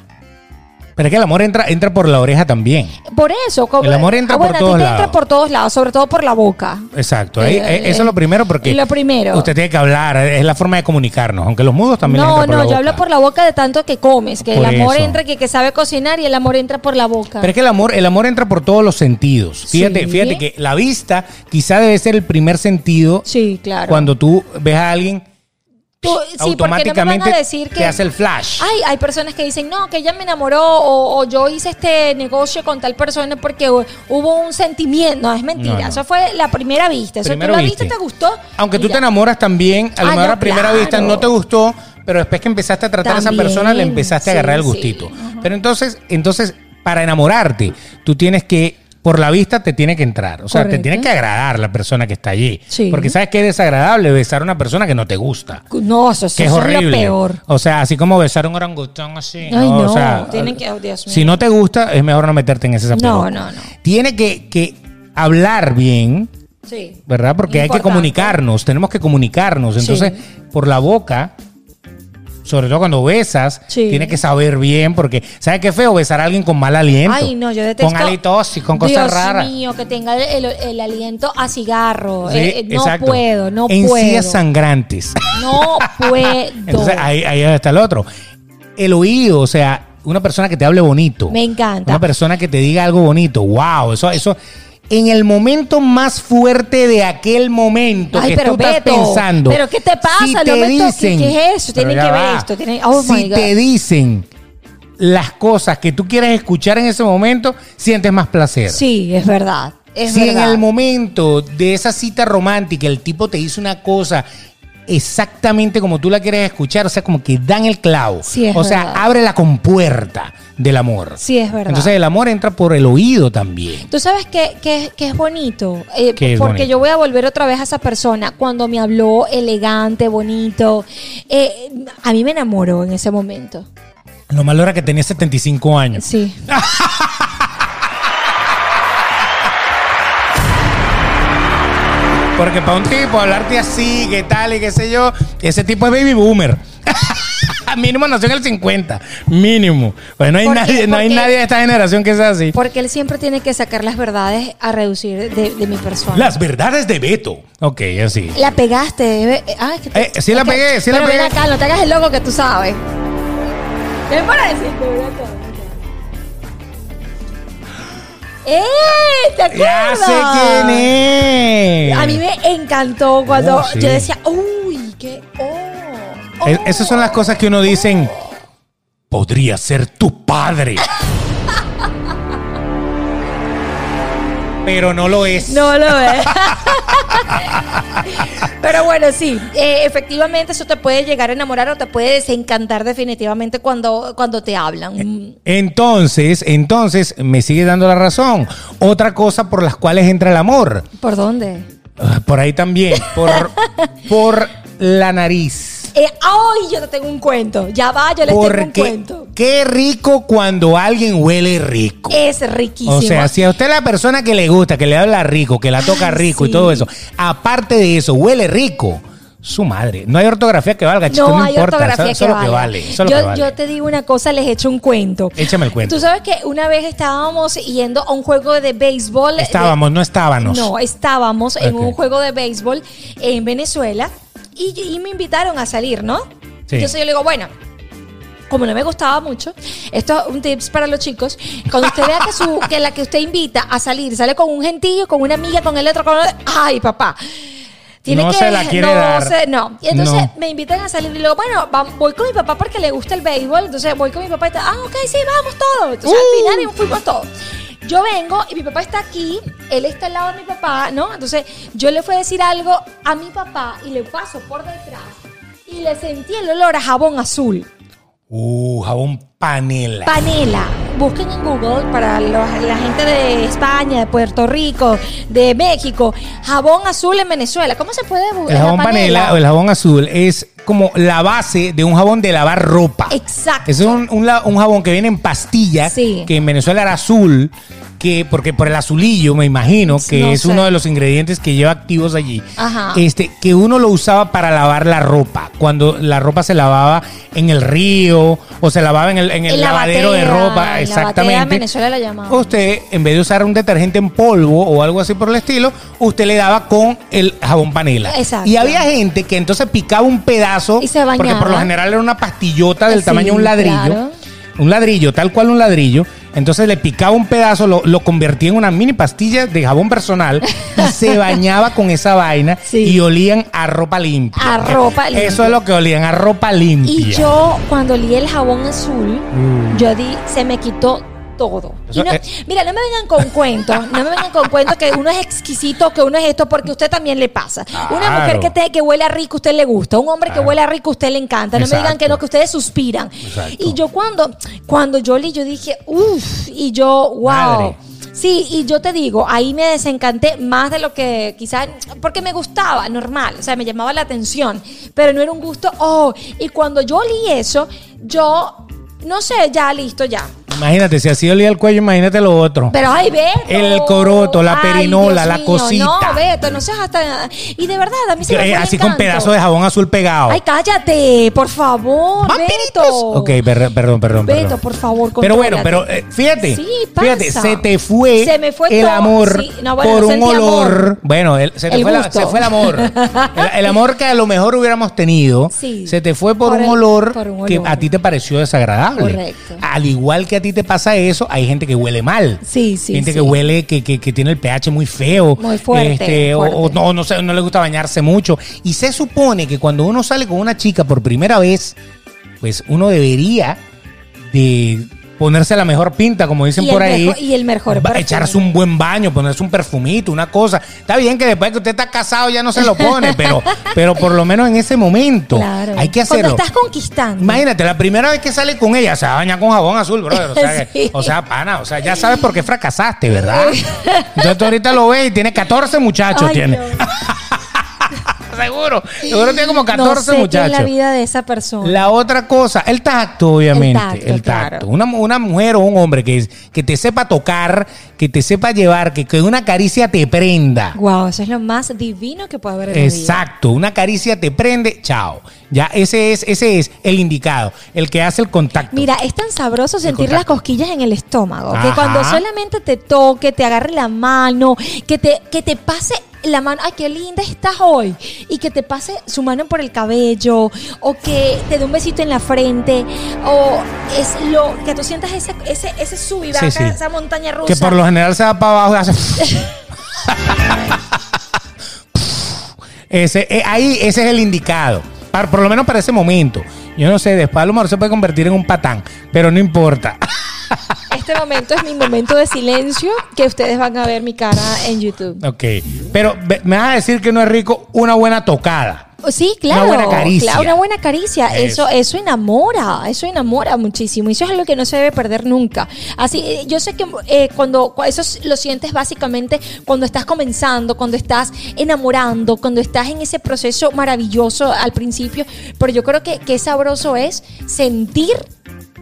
Speaker 1: Pero es que el amor entra, entra por la oreja también.
Speaker 2: Por eso, como,
Speaker 1: El amor entra
Speaker 2: Ah, bueno,
Speaker 1: por
Speaker 2: a ti
Speaker 1: todos
Speaker 2: te
Speaker 1: lados.
Speaker 2: entra por todos lados, sobre todo por la boca.
Speaker 1: Exacto. ahí-
Speaker 2: Eh,
Speaker 1: eh, eso es lo primero porque
Speaker 2: lo primero.
Speaker 1: usted tiene que hablar. Es la forma de comunicarnos. Aunque los mudos también les
Speaker 2: No,
Speaker 1: entra por
Speaker 2: no,
Speaker 1: la
Speaker 2: yo
Speaker 1: boca.
Speaker 2: hablo por la boca de tanto que comes, que
Speaker 1: Por
Speaker 2: el amor
Speaker 1: eso.
Speaker 2: entra, que, que sabe cocinar y el amor entra por la boca.
Speaker 1: Pero es que el amor, el amor entra por todos los sentidos. Fíjate,
Speaker 2: Sí.
Speaker 1: fíjate que la vista quizá debe ser el primer sentido
Speaker 2: sí, claro.
Speaker 1: cuando tú ves a alguien
Speaker 2: Tú- sí, porque no me van a
Speaker 1: automáticamente
Speaker 2: decir
Speaker 1: te
Speaker 2: que-
Speaker 1: hace el flash.
Speaker 2: Ay, hay personas que dicen, no, que ella me enamoró o, o yo hice este negocio con tal persona porque hu- hubo un sentimiento. No, es mentira.
Speaker 1: No, no.
Speaker 2: Eso fue la primera vista. Eso
Speaker 1: Primero
Speaker 2: tú la viste,
Speaker 1: viste.
Speaker 2: te gustó.
Speaker 1: Aunque tú
Speaker 2: y
Speaker 1: te
Speaker 2: ya.
Speaker 1: enamoras también, a lo
Speaker 2: Ah,
Speaker 1: mejor
Speaker 2: no,
Speaker 1: a primera
Speaker 2: claro.
Speaker 1: vista no te gustó, pero después que empezaste a tratar a esa
Speaker 2: También,
Speaker 1: persona le empezaste a
Speaker 2: sí,
Speaker 1: agarrar el
Speaker 2: sí.
Speaker 1: gustito.
Speaker 2: Ajá.
Speaker 1: Pero entonces, entonces para enamorarte, tú tienes que por la vista te tiene que entrar, o sea, te
Speaker 2: Correcto.
Speaker 1: tiene que agradar la persona que está allí,
Speaker 2: Sí.
Speaker 1: porque sabes que es desagradable besar a una persona que no te gusta.
Speaker 2: No, eso, eso
Speaker 1: que es
Speaker 2: es
Speaker 1: horrible.
Speaker 2: lo peor.
Speaker 1: O sea, así como besar a un orangután así.
Speaker 2: Ay,
Speaker 1: ¿no?
Speaker 2: no,
Speaker 1: O sea,
Speaker 2: tienen que- oh, Dios mío.
Speaker 1: Si no te gusta, es mejor no meterte en ese
Speaker 2: No,
Speaker 1: zapato.
Speaker 2: no, no.
Speaker 1: Tiene que, que hablar bien,
Speaker 2: Sí.
Speaker 1: ¿verdad? Porque hay que
Speaker 2: Importante.
Speaker 1: comunicarnos, tenemos que comunicarnos. Entonces, por la boca, sobre todo cuando besas,
Speaker 2: Sí.
Speaker 1: tiene que saber bien, porque ¿sabes qué feo besar a alguien con mal aliento?
Speaker 2: Ay, no, yo detesto.
Speaker 1: Con alitos y con cosas
Speaker 2: Dios
Speaker 1: raras.
Speaker 2: mío, que tenga el, el- el aliento a cigarro.
Speaker 1: Sí,
Speaker 2: Eh, eh, no
Speaker 1: exacto.
Speaker 2: puedo, no
Speaker 1: Encías
Speaker 2: puedo.
Speaker 1: sangrantes.
Speaker 2: No puedo.
Speaker 1: [LAUGHS] Entonces ahí, ahí está el otro. El oído, o sea, una persona que te hable bonito.
Speaker 2: Me encanta.
Speaker 1: Una persona que te diga algo bonito. Wow, eso, eso. En el momento más fuerte de aquel momento
Speaker 2: Ay,
Speaker 1: que
Speaker 2: pero
Speaker 1: tú estás
Speaker 2: Beto,
Speaker 1: pensando.
Speaker 2: ¿pero qué te pasa? No me toques, ¿qué es eso?
Speaker 1: Pero
Speaker 2: Tienen
Speaker 1: ya
Speaker 2: que ver esto, tienen- oh
Speaker 1: si
Speaker 2: my God.
Speaker 1: te dicen las cosas que tú quieres escuchar en ese momento, sientes más placer.
Speaker 2: Sí, es verdad. Es
Speaker 1: si
Speaker 2: verdad.
Speaker 1: en el momento de esa cita romántica el tipo te dice una cosa exactamente como tú la quieres escuchar, o sea, como que dan el clavo.
Speaker 2: Sí, es
Speaker 1: o sea,
Speaker 2: verdad.
Speaker 1: abre la compuerta del amor.
Speaker 2: Sí, es verdad.
Speaker 1: Entonces el amor entra por el oído también.
Speaker 2: Tú sabes que, que, que es bonito, eh,
Speaker 1: Que es
Speaker 2: porque
Speaker 1: bonito.
Speaker 2: yo voy a volver otra vez a esa persona cuando me habló elegante, bonito. Eh, a mí me enamoró en ese momento.
Speaker 1: Lo malo era que tenía 75 años.
Speaker 2: Sí.
Speaker 1: Porque para un tipo hablarte así, qué tal y qué sé yo, ese tipo es baby boomer. [LAUGHS] mínimo nació en el 50, mínimo. Pues no hay,
Speaker 2: ¿Por qué?
Speaker 1: nadie, no hay
Speaker 2: Porque-
Speaker 1: nadie de esta generación que sea así.
Speaker 2: Porque él siempre tiene que sacar las verdades a reducir de, de mi persona.
Speaker 1: Las verdades de Beto. Ok, así.
Speaker 2: La pegaste. eh, Ah, es que
Speaker 1: Eh, sí la
Speaker 2: es que-
Speaker 1: pegué, sí la
Speaker 2: pero ven
Speaker 1: pegué.
Speaker 2: acá, no te hagas el loco que tú sabes. ¿Qué para decirte, ven acá. ¡Eh! ¿Te
Speaker 1: Ya
Speaker 2: acuerdas?
Speaker 1: sé quién es.
Speaker 2: A mí me encantó cuando
Speaker 1: Oh, sí.
Speaker 2: yo decía, uy, qué... Oh, oh".
Speaker 1: Es- Esas son las cosas que uno dicen. Podría ser tu padre. Pero no lo es.
Speaker 2: No lo ves. [LAUGHS] Pero bueno, sí, eh, efectivamente eso te puede llegar a enamorar o te puede desencantar definitivamente cuando, cuando te hablan.
Speaker 1: Eh.
Speaker 2: Mm.
Speaker 1: Entonces, entonces, me sigue dando la razón. Otra cosa por las cuales entra el amor.
Speaker 2: ¿Por dónde?
Speaker 1: Ah, Por ahí también. Por, por la
Speaker 2: [LAUGHS]
Speaker 1: nariz.
Speaker 2: Eh, ¡Ay! Yo te tengo un cuento. Ya va, yo les tengo un
Speaker 1: Porque
Speaker 2: cuento.
Speaker 1: qué rico cuando alguien huele rico.
Speaker 2: Es riquísimo.
Speaker 1: O sea, si a usted la persona que le gusta, que le habla rico, que la toca
Speaker 2: Ay,
Speaker 1: rico
Speaker 2: sí.
Speaker 1: y todo eso, aparte de eso, huele rico. Su madre. No hay ortografía que valga, chicos. No,
Speaker 2: hay
Speaker 1: importa.
Speaker 2: ortografía
Speaker 1: so- solo
Speaker 2: que,
Speaker 1: que vale. solo
Speaker 2: yo,
Speaker 1: que vale.
Speaker 2: yo te digo una cosa, les echo un cuento.
Speaker 1: Échame el cuento.
Speaker 2: Tú sabes que una vez estábamos yendo a un juego de béisbol. de-
Speaker 1: Estábamos, no estábamos.
Speaker 2: No, estábamos en
Speaker 1: Ok.
Speaker 2: un juego de béisbol en Venezuela y, y me invitaron a salir, ¿no?
Speaker 1: Sí.
Speaker 2: Entonces yo le digo, bueno, como no me gustaba mucho, esto es un tips para los chicos, cuando usted vea que, su, que la que usted invita a salir sale con un gentillo, con una amiga, con el otro, con el otro, ¡ay, papá!
Speaker 1: No se la quiere
Speaker 2: no,
Speaker 1: dar.
Speaker 2: se- no. Y entonces
Speaker 1: No.
Speaker 2: me invitan a salir y luego, bueno, va- voy con mi papá porque le gusta el béisbol. Entonces voy con mi papá y está, ah, ok, sí, vamos todos. Entonces
Speaker 1: Uh.
Speaker 2: al final fuimos todos. Yo vengo y mi papá está aquí, él está al lado de mi papá, ¿no? Entonces yo le fui a decir algo a mi papá y le paso por detrás y le sentí el olor a jabón azul.
Speaker 1: Uh, jabón panela.
Speaker 2: Panela. Busquen en Google para los- la gente de España, de Puerto Rico, de México. Jabón azul en Venezuela. ¿Cómo se puede buscar?
Speaker 1: el jabón panela. o el jabón azul es como la base de un jabón de lavar ropa.
Speaker 2: Exacto.
Speaker 1: Es un, un la- un jabón que viene en pastillas,
Speaker 2: Sí.
Speaker 1: que en Venezuela era azul, que, porque por el azulillo, me imagino, que
Speaker 2: No
Speaker 1: es
Speaker 2: sé.
Speaker 1: uno de los ingredientes que lleva activos allí,
Speaker 2: Ajá.
Speaker 1: este, que uno lo usaba para lavar la ropa, cuando la ropa se lavaba en el río o se lavaba en el, en el
Speaker 2: En la
Speaker 1: lavadero de
Speaker 2: batea, en la
Speaker 1: ropa,
Speaker 2: batea
Speaker 1: exactamente.
Speaker 2: en Venezuela la llamaban.
Speaker 1: Usted, en vez de usar un detergente en polvo o algo así por el estilo, usted le daba con el jabón panela.
Speaker 2: Exacto.
Speaker 1: Y había gente que entonces picaba un pedazo,
Speaker 2: Y se
Speaker 1: porque por lo
Speaker 2: bañaba.
Speaker 1: general era una pastillota del
Speaker 2: Sí,
Speaker 1: tamaño de un ladrillo.
Speaker 2: claro.
Speaker 1: Un ladrillo, tal cual un ladrillo. Entonces le picaba un pedazo, lo, lo convertía en una mini pastilla de jabón personal y
Speaker 2: [LAUGHS]
Speaker 1: se bañaba con esa vaina
Speaker 2: Sí.
Speaker 1: y olían a ropa limpia.
Speaker 2: A ropa
Speaker 1: Eso
Speaker 2: limpia.
Speaker 1: es lo que olían, a ropa limpia.
Speaker 2: Y yo, cuando olí el jabón azul,
Speaker 1: Mm. eh.
Speaker 2: yo di, se me quitó todo. Y
Speaker 1: Eso
Speaker 2: no-
Speaker 1: es-
Speaker 2: mira, no me vengan con cuentos, no me vengan con cuentos que uno es exquisito, que uno es esto, porque a usted también le pasa. Una
Speaker 1: Claro.
Speaker 2: mujer que, te- que huele a rico, a usted le gusta. Un hombre que huele a rico, a usted le encanta. No me digan
Speaker 1: Exacto.
Speaker 2: que no, que ustedes suspiran.
Speaker 1: Exacto.
Speaker 2: Y yo cuando, cuando yo olí, yo dije, uff, y yo, wow.
Speaker 1: Madre.
Speaker 2: Sí, y yo te digo, ahí me desencanté más de lo que quizás, porque me gustaba, normal, o sea, me llamaba la atención, pero no era un gusto, oh, y cuando yo olí eso, yo, no sé, ya listo, ya.
Speaker 1: Imagínate, si así olía el cuello, imagínate lo otro.
Speaker 2: Pero ay, Beto.
Speaker 1: El coroto, la
Speaker 2: Ay,
Speaker 1: perinola,
Speaker 2: Dios
Speaker 1: la
Speaker 2: mío,
Speaker 1: cosita.
Speaker 2: No, Beto, no seas hasta... Y de verdad, a mí se me
Speaker 1: Eh,
Speaker 2: fue el
Speaker 1: así con
Speaker 2: encanto.
Speaker 1: pedazos de jabón azul pegado.
Speaker 2: Ay, cállate, por favor,
Speaker 1: ¡Vampiritos!
Speaker 2: Beto.
Speaker 1: Ok, per- perdón, perdón.
Speaker 2: Beto,
Speaker 1: perdón.
Speaker 2: por favor,
Speaker 1: Pero bueno,
Speaker 2: contrólate.
Speaker 1: pero eh, fíjate.
Speaker 2: Sí,
Speaker 1: Fíjate,
Speaker 2: pasa.
Speaker 1: se te fue,
Speaker 2: Se me fue
Speaker 1: el
Speaker 2: todo,
Speaker 1: amor
Speaker 2: sí. No, bueno,
Speaker 1: por
Speaker 2: no
Speaker 1: un
Speaker 2: sentí
Speaker 1: olor.
Speaker 2: amor.
Speaker 1: Bueno, el- se, te
Speaker 2: El
Speaker 1: fue la-
Speaker 2: gusto.
Speaker 1: se fue el
Speaker 2: [LAUGHS]
Speaker 1: amor. El, el amor que a lo mejor hubiéramos tenido.
Speaker 2: Sí.
Speaker 1: Se te fue por,
Speaker 2: Por
Speaker 1: un
Speaker 2: el-
Speaker 1: olor
Speaker 2: por un
Speaker 1: que
Speaker 2: olor.
Speaker 1: a ti te pareció desagradable.
Speaker 2: Correcto.
Speaker 1: Al igual que a ti te pasa eso, hay gente que huele mal.
Speaker 2: Sí, sí,
Speaker 1: Gente
Speaker 2: sí.
Speaker 1: que huele, que, que- que tiene el pH muy feo.
Speaker 2: Muy fuerte,
Speaker 1: este, o-
Speaker 2: fuerte.
Speaker 1: o no o no, sé, no le gusta bañarse mucho. Y se supone que cuando uno sale con una chica por primera vez, pues uno debería de ponerse la mejor pinta, como dicen
Speaker 2: Y el
Speaker 1: por ahí.
Speaker 2: mejor- y el mejor
Speaker 1: Ba-
Speaker 2: perfume.
Speaker 1: Echarse un buen baño, ponerse un perfumito, una cosa. Está bien que después que usted está casado ya no se lo
Speaker 2: [LAUGHS]
Speaker 1: pone, pero, pero por lo menos en ese momento
Speaker 2: Claro.
Speaker 1: hay que
Speaker 2: Cuando
Speaker 1: hacerlo.
Speaker 2: estás conquistando.
Speaker 1: Imagínate, la primera vez que sale con ella, se va a bañar con jabón azul, brother. O
Speaker 2: [LAUGHS]
Speaker 1: sea, que-
Speaker 2: Sí.
Speaker 1: o sea, pana, o sea, ya sabes por qué fracasaste, ¿verdad?
Speaker 2: Eh, [LAUGHS]
Speaker 1: Entonces tú ahorita lo ves y tiene 14 muchachos.
Speaker 2: Ay,
Speaker 1: tiene. [LAUGHS]
Speaker 2: Dios.
Speaker 1: Seguro. Seguro tiene como 14
Speaker 2: no sé qué es
Speaker 1: muchachos.
Speaker 2: la vida de esa persona.
Speaker 1: La otra cosa, el tacto, obviamente. El
Speaker 2: El
Speaker 1: tacto.
Speaker 2: tacto, claro.
Speaker 1: Una, una mujer o un hombre que, que te sepa tocar, que te sepa llevar, que, que una caricia te prenda.
Speaker 2: Wow, eso es lo más divino que puede haber en la vida.
Speaker 1: Exacto, una caricia te prende, chao. Ya ese es, ese es el indicado, el que hace el contacto.
Speaker 2: Mira, es tan sabroso sentir
Speaker 1: contacto.
Speaker 2: las cosquillas en el estómago.
Speaker 1: Ajá.
Speaker 2: Que cuando solamente te toque, te agarre la mano, que te, que te pase la mano, ay, qué linda estás hoy. Y que te pase su mano por el cabello, o que te dé un besito en la frente, o es lo que tú sientas ese, ese, ese sub y baja,
Speaker 1: Sí, sí.
Speaker 2: esa montaña rusa.
Speaker 1: que por lo general se va para abajo y hace. ese, eh, ahí ese es el indicado. Para- por lo menos para ese momento. Yo no sé, después a lo mejor se puede convertir en un patán, pero no importa. [LAUGHS]
Speaker 2: Este momento es mi momento de silencio, que ustedes van a ver mi cara en YouTube.
Speaker 1: Ok, pero ve- me vas a decir que no es rico una buena tocada.
Speaker 2: Oh, Sí, claro.
Speaker 1: buena caricia.
Speaker 2: Claro, una buena caricia.
Speaker 1: Eso.
Speaker 2: Eso. eso enamora, eso enamora muchísimo. Y eso es algo que no se debe perder nunca. Así, eh, yo sé que eh, cuando cu- eso s- lo sientes básicamente cuando estás comenzando, cuando estás enamorando, cuando estás en ese proceso maravilloso al principio. Pero yo creo que qué sabroso es sentir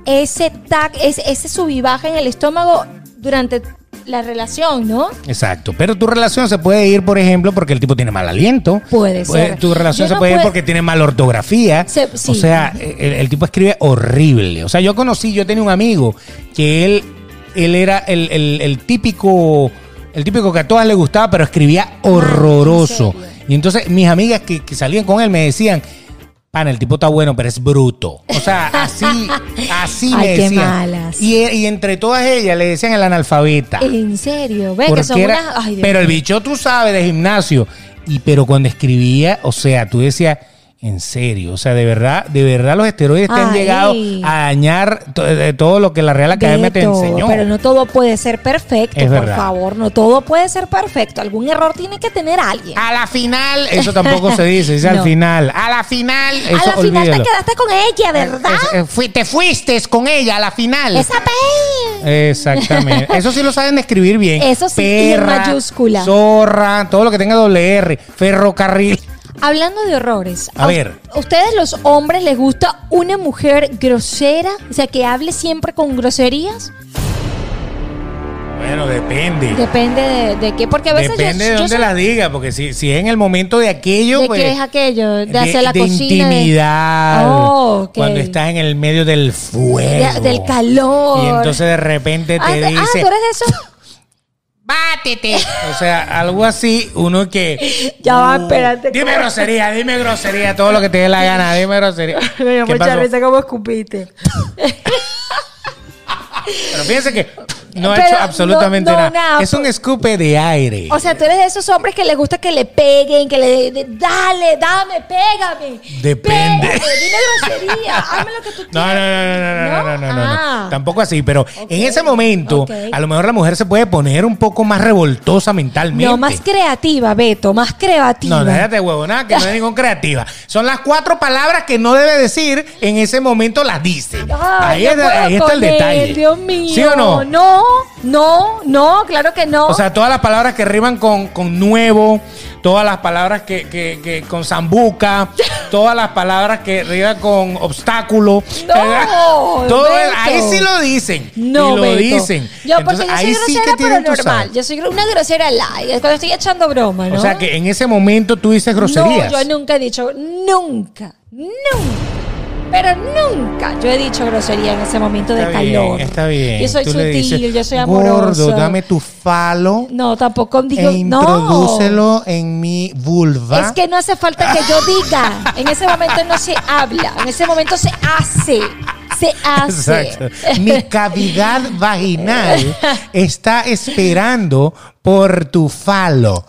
Speaker 2: ese tag, ese, ese subivaje en el estómago durante la relación, ¿no?
Speaker 1: Exacto, pero tu relación se puede ir, por ejemplo, porque el tipo tiene mal aliento.
Speaker 2: Puede
Speaker 1: Puede-
Speaker 2: ser.
Speaker 1: Tu relación
Speaker 2: Yo
Speaker 1: se
Speaker 2: no
Speaker 1: puede ir
Speaker 2: puedo-
Speaker 1: porque tiene mala ortografía.
Speaker 2: Se-
Speaker 1: O
Speaker 2: sí.
Speaker 1: sea, el, el tipo escribe horrible. O sea, yo conocí, yo tenía un amigo que él, él era el, el- el típico, el típico que a todas le gustaba, pero escribía horroroso.
Speaker 2: ¿en Ah, serio?
Speaker 1: y entonces mis amigas que, que salían con él me decían, pana, el tipo está bueno, pero es bruto. O sea, así, así me
Speaker 2: [LAUGHS] Ay, qué
Speaker 1: decían.
Speaker 2: malas.
Speaker 1: Y, y entre todas ellas le decían el analfabeta.
Speaker 2: En serio, ve que
Speaker 1: Porque
Speaker 2: son
Speaker 1: Ah. era-
Speaker 2: unas- ay, Dios
Speaker 1: pero el bicho, tú sabes, de gimnasio. Y pero cuando escribía, o sea, tú decías, en serio, o sea, de verdad, de verdad los esteroides te han
Speaker 2: Ay.
Speaker 1: llegado a dañar to- de todo lo que la Real Academia
Speaker 2: de
Speaker 1: te
Speaker 2: todo,
Speaker 1: enseñó.
Speaker 2: Pero no todo puede ser perfecto,
Speaker 1: Es
Speaker 2: por
Speaker 1: verdad.
Speaker 2: favor. No todo puede ser perfecto. Algún error tiene que tener alguien.
Speaker 1: A la final, eso tampoco se dice,
Speaker 2: [LAUGHS]
Speaker 1: dice al
Speaker 2: No.
Speaker 1: final. A la final, eso
Speaker 2: a la final
Speaker 1: olvídalo. Eh,
Speaker 2: te quedaste con ella, ¿verdad?
Speaker 1: Es- es- fui- te fuiste con ella a la final.
Speaker 2: Esa pe- [LAUGHS]
Speaker 1: Exactamente. Eso sí lo saben escribir bien.
Speaker 2: Eso sí, y en
Speaker 1: Perra,
Speaker 2: mayúscula.
Speaker 1: Zorra, todo lo que tenga doble R, ferrocarril.
Speaker 2: Hablando de horrores.
Speaker 1: A ver.
Speaker 2: ¿Ustedes los hombres les gusta una mujer grosera? O sea, que hable siempre con groserías.
Speaker 1: Bueno, depende.
Speaker 2: Depende de, de qué, porque a veces yo-
Speaker 1: Depende
Speaker 2: yo,
Speaker 1: de dónde
Speaker 2: soy-
Speaker 1: las diga, porque si, si es en el momento de aquello,
Speaker 2: de
Speaker 1: pues.
Speaker 2: qué es aquello, de, hacer la
Speaker 1: de
Speaker 2: cocina, de-
Speaker 1: intimidad.
Speaker 2: Oh, ok.
Speaker 1: Cuando estás en el medio del fuego.
Speaker 2: de- del calor.
Speaker 1: Y entonces de repente te
Speaker 2: ah, de- ah,
Speaker 1: dice.
Speaker 2: tú eres de
Speaker 1: [LAUGHS]
Speaker 2: eso.
Speaker 1: ¡Bátete! O sea, algo así, uno que.
Speaker 2: Ya va, espérate.
Speaker 1: Dime grosería, dime grosería, todo lo que te dé la gana, dime grosería.
Speaker 2: [LAUGHS] Me dio
Speaker 1: ¿Qué
Speaker 2: mucha
Speaker 1: pasó?
Speaker 2: risa como escupiste.
Speaker 1: Pero fíjense que no ha
Speaker 2: Pero
Speaker 1: hecho
Speaker 2: no-
Speaker 1: absolutamente
Speaker 2: no,
Speaker 1: nada.
Speaker 2: nada, pues.
Speaker 1: Es un escupe de aire.
Speaker 2: O sea, tú eres de esos hombres que les gusta que le peguen, que le de- de- dale, dame, pégame.
Speaker 1: Depende.
Speaker 2: Pégame, dime grosería, [LAUGHS] hazme lo que tú
Speaker 1: No, no, no, no, no,
Speaker 2: quieras.
Speaker 1: no, no, no, no,
Speaker 2: Ah.
Speaker 1: no. Tampoco así, pero en ese momento,
Speaker 2: ok.
Speaker 1: a lo mejor la mujer se puede poner un poco más revoltosa mentalmente.
Speaker 2: No, más creativa, Beto, más creativa.
Speaker 1: No, déjate huevonada, que no es ningún creativa. Son las cuatro palabras que no debe decir, en ese momento las dice. ahí
Speaker 2: Ay, no puedo
Speaker 1: está, ahí está el
Speaker 2: con él,
Speaker 1: detalle.
Speaker 2: Dios mío.
Speaker 1: ¿Sí o no?
Speaker 2: No, no, no, claro que no.
Speaker 1: O sea, todas las palabras que riman con, con nuevo, todas las palabras que, que- que- con
Speaker 2: [LAUGHS]
Speaker 1: zambuca, todas las palabras que riman con obstáculo.
Speaker 2: No,
Speaker 1: Todo
Speaker 2: Beto.
Speaker 1: el- ahí sí lo dicen.
Speaker 2: No,
Speaker 1: y lo
Speaker 2: Beto.
Speaker 1: dicen.
Speaker 2: Yo,
Speaker 1: Entonces,
Speaker 2: porque
Speaker 1: ahí
Speaker 2: yo soy
Speaker 1: sí
Speaker 2: grosera,
Speaker 1: que
Speaker 2: pero
Speaker 1: tienen tu
Speaker 2: normal.
Speaker 1: sal.
Speaker 2: Yo soy gr- una grosera light. Cuando estoy echando broma, ¿no?
Speaker 1: O sea, que en ese momento tú dices groserías.
Speaker 2: No, yo nunca he dicho, nunca, nunca. Pero nunca yo he dicho grosería en ese momento de
Speaker 1: Está bien,
Speaker 2: calor.
Speaker 1: está bien.
Speaker 2: Yo soy
Speaker 1: Tú le
Speaker 2: sutil,
Speaker 1: dices,
Speaker 2: yo soy amoroso.
Speaker 1: Gordo, dame tu falo
Speaker 2: No, tampoco digo,
Speaker 1: e
Speaker 2: no.
Speaker 1: introdúcelo en mi vulva.
Speaker 2: Es que no hace falta que yo diga. En ese momento no se habla, en ese momento se hace. Se hace.
Speaker 1: Exacto. Mi cavidad vaginal está esperando por tu falo.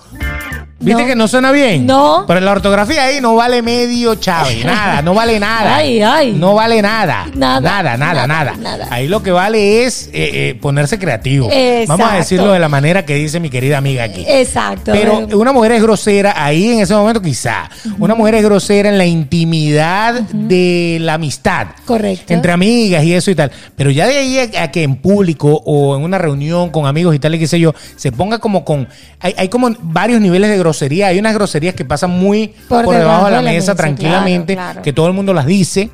Speaker 1: ¿Viste
Speaker 2: No.
Speaker 1: que no suena bien?
Speaker 2: No.
Speaker 1: Pero la ortografía ahí no vale medio, Chávez. Nada, no vale nada.
Speaker 2: Ay, ay.
Speaker 1: No vale nada.
Speaker 2: Nada,
Speaker 1: Nada, nada,
Speaker 2: nada,
Speaker 1: nada.
Speaker 2: nada.
Speaker 1: Ahí lo que vale es eh, eh, ponerse creativo. Vamos
Speaker 2: Exacto.
Speaker 1: a decirlo de la manera que dice mi querida amiga aquí.
Speaker 2: Exacto. eh,
Speaker 1: Pero una mujer es grosera ahí en ese momento, quizá. Una mujer es grosera en la intimidad de la amistad.
Speaker 2: Correcto.
Speaker 1: Entre amigas y eso y tal. Pero ya de ahí a, a que en público o en una reunión con amigos y tal, y qué sé yo, se ponga como con. Hay, hay como varios niveles de grosería. Hay unas groserías que pasan muy
Speaker 2: Por
Speaker 1: por, debajo
Speaker 2: debajo
Speaker 1: de la,
Speaker 2: de la
Speaker 1: mesa,
Speaker 2: mesa,
Speaker 1: tranquilamente,
Speaker 2: claro, claro.
Speaker 1: que todo el mundo las dice.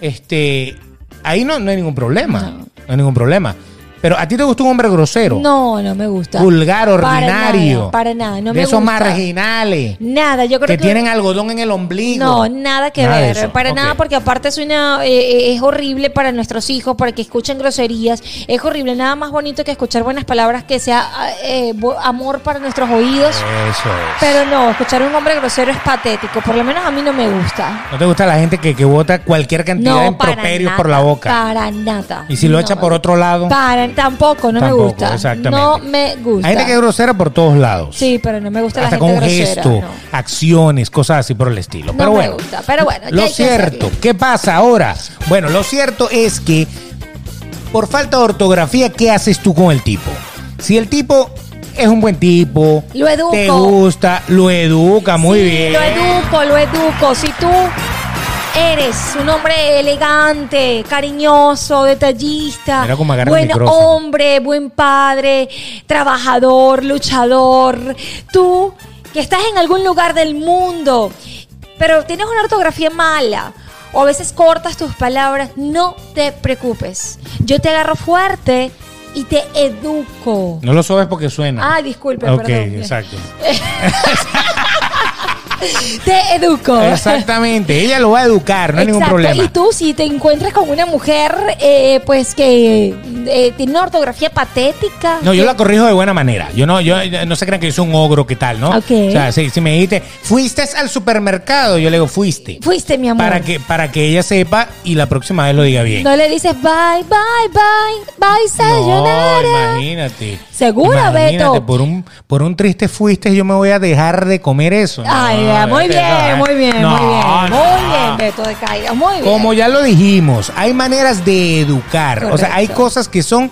Speaker 1: Este. Ahí no, no hay ningún problema.
Speaker 2: No.
Speaker 1: No. hay ningún problema. Pero a ti te gusta un hombre grosero.
Speaker 2: no, no me gusta.
Speaker 1: Vulgar,
Speaker 2: Para
Speaker 1: ordinario.
Speaker 2: nada, Para nada, no
Speaker 1: de
Speaker 2: me
Speaker 1: esos
Speaker 2: gusta.
Speaker 1: marginales.
Speaker 2: Nada, yo creo
Speaker 1: Que
Speaker 2: que
Speaker 1: tienen algodón en el ombligo.
Speaker 2: No, nada que
Speaker 1: Nada de
Speaker 2: ver,
Speaker 1: eso.
Speaker 2: para
Speaker 1: Ok.
Speaker 2: nada, porque aparte es una eh, eh, es horrible para nuestros hijos, para que escuchen groserías, es horrible, nada más bonito que escuchar buenas palabras que sea ah, eh, bo- amor para nuestros oídos,
Speaker 1: Eso es.
Speaker 2: pero no, escuchar a un hombre grosero es patético, por lo menos a mí no me gusta.
Speaker 1: ¿No te gusta la gente que, que bota cualquier cantidad de
Speaker 2: No, para
Speaker 1: improperios
Speaker 2: nada,
Speaker 1: por la boca?
Speaker 2: Para nada.
Speaker 1: Y si lo
Speaker 2: No
Speaker 1: echa
Speaker 2: me
Speaker 1: por
Speaker 2: gusta.
Speaker 1: otro lado.
Speaker 2: Para, tampoco, no me
Speaker 1: Tampoco,
Speaker 2: gusta.
Speaker 1: exactamente.
Speaker 2: No me gusta.
Speaker 1: Hay gente que es grosera por todos lados.
Speaker 2: Sí, pero no me gusta
Speaker 1: Hasta
Speaker 2: la gente
Speaker 1: con un
Speaker 2: grosera.
Speaker 1: gesto,
Speaker 2: no.
Speaker 1: acciones, cosas así por el estilo.
Speaker 2: No
Speaker 1: pero
Speaker 2: me
Speaker 1: bueno.
Speaker 2: gusta, pero bueno, ya
Speaker 1: Lo
Speaker 2: hay que
Speaker 1: cierto,
Speaker 2: hacerlo.
Speaker 1: ¿qué pasa ahora? Bueno, lo cierto es que por falta de ortografía, ¿qué haces tú con el tipo? Si el tipo es un buen tipo,
Speaker 2: Lo educo.
Speaker 1: te gusta, lo educa Ah, muy
Speaker 2: Sí,
Speaker 1: bien.
Speaker 2: Lo educo, lo educo. Si tú eres un hombre elegante, cariñoso, detallista,
Speaker 1: Mira cómo agarra el
Speaker 2: buen
Speaker 1: micrófono.
Speaker 2: hombre, buen padre, trabajador, luchador, tú que estás en algún lugar del mundo, pero tienes una ortografía mala. O a veces cortas tus palabras, no te preocupes. Yo te agarro fuerte y te educo.
Speaker 1: No lo sabes porque suena.
Speaker 2: Ah, disculpe,
Speaker 1: ok,
Speaker 2: perdón.
Speaker 1: exacto.
Speaker 2: Te educo. [LAUGHS]
Speaker 1: Exactamente, ella lo va a educar, no hay ningún
Speaker 2: Exacto.
Speaker 1: problema.
Speaker 2: Y tú, si te encuentras con una mujer, eh, pues que eh, tiene una ortografía patética.
Speaker 1: No, yo
Speaker 2: que-
Speaker 1: la corrijo de buena manera. Yo no, yo yo- no se crean que yo soy un ogro, ¿qué tal, no?
Speaker 2: Ok.
Speaker 1: O sea, si, si me dijiste, fuiste al supermercado, yo le digo, fuiste.
Speaker 2: Fuiste, mi amor.
Speaker 1: Para que, para que ella sepa y la próxima vez lo diga bien.
Speaker 2: No le dices bye, bye, bye, bye, sayonara.
Speaker 1: imagínate.
Speaker 2: ¿Segura, Beto?
Speaker 1: Por un, por un triste fuiste, yo me voy a dejar de comer eso. No,
Speaker 2: Ay, ya, muy
Speaker 1: Beto,
Speaker 2: bien,
Speaker 1: no,
Speaker 2: muy bien,
Speaker 1: no,
Speaker 2: muy bien. Muy
Speaker 1: no.
Speaker 2: bien, Beto de Caída, muy bien.
Speaker 1: Como ya lo dijimos, hay maneras de educar. O sea, hay
Speaker 2: Correcto.
Speaker 1: cosas que son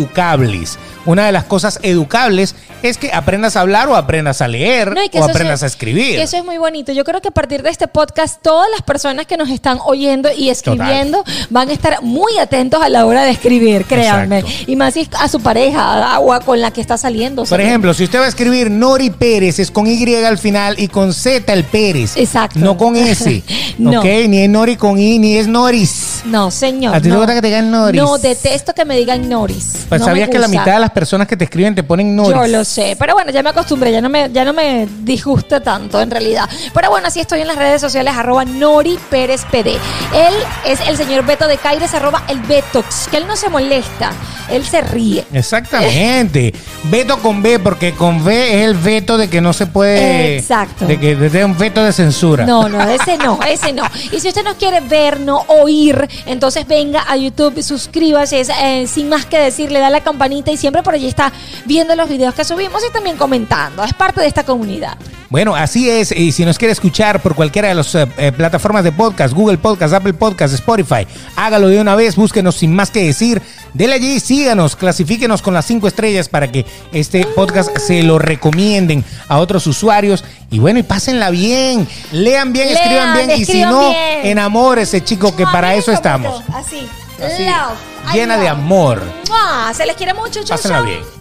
Speaker 1: educables. Una de las cosas educables es que aprendas a hablar o aprendas a leer
Speaker 2: No, y que
Speaker 1: o
Speaker 2: eso
Speaker 1: aprendas
Speaker 2: se-
Speaker 1: a escribir.
Speaker 2: que eso es muy bonito. Yo creo que a partir de este podcast, todas las personas que nos están oyendo y escribiendo van a estar muy atentos a la hora de escribir, créanme.
Speaker 1: Exacto.
Speaker 2: Y más si es a su pareja a- o a con la que está saliendo.
Speaker 1: Por ejemplo, si usted va a escribir Nori Pérez, es con Y al final y con Z el Pérez.
Speaker 2: Exacto.
Speaker 1: No con S.
Speaker 2: [LAUGHS] No.
Speaker 1: ¿Ok? Ni es Nori con I, ni es Noris. noris?
Speaker 2: No, señor.
Speaker 1: ¿A ti te
Speaker 2: no.
Speaker 1: gusta que te digan noris?
Speaker 2: No, detesto que me digan noris.
Speaker 1: Pues
Speaker 2: No me
Speaker 1: sabías que la
Speaker 2: gusta.
Speaker 1: mitad de las personas que te escriben te ponen noris.
Speaker 2: Yo lo sé, pero bueno, ya me acostumbré, ya no me, ya no me disgusta tanto en realidad. Pero bueno, así estoy en las redes sociales, arroba Nori Pérez PD. Él es el señor Beto de Caires, arroba el Betox, que él no se molesta, él se ríe.
Speaker 1: Exactamente. Veto con B, porque con B es el veto de que no se puede.
Speaker 2: Exacto.
Speaker 1: De que de un veto de censura.
Speaker 2: No, no, ese no, ese no. Y si usted nos quiere ver, no oír, entonces venga a YouTube, suscríbase, es, eh, sin más que decir, le da la campanita y siempre por allí está viendo los videos que subimos y también comentando. Es parte de esta comunidad.
Speaker 1: Bueno, así es. Y si nos quiere escuchar por cualquiera de las eh, eh, plataformas de podcast, Google Podcast, Apple Podcast, Spotify, hágalo de una vez, búsquenos sin más que decir. Dele allí, síganos, clasifíquenos con las cinco estrellas para que este podcast se lo recomienden a otros usuarios. Y bueno, y pásenla bien, lean bien,
Speaker 2: Lean,
Speaker 1: escriban bien. Y si
Speaker 2: escriban
Speaker 1: no,
Speaker 2: bien.
Speaker 1: enamórese, chico, que
Speaker 2: No,
Speaker 1: para
Speaker 2: miren
Speaker 1: eso
Speaker 2: cómo
Speaker 1: estamos.
Speaker 2: yo, Así.
Speaker 1: Así,
Speaker 2: Love. I
Speaker 1: llena de
Speaker 2: love.
Speaker 1: amor.
Speaker 2: ¡Mua! Ah, Se les quiere mucho, chau,
Speaker 1: Pásenla
Speaker 2: chau.
Speaker 1: bien.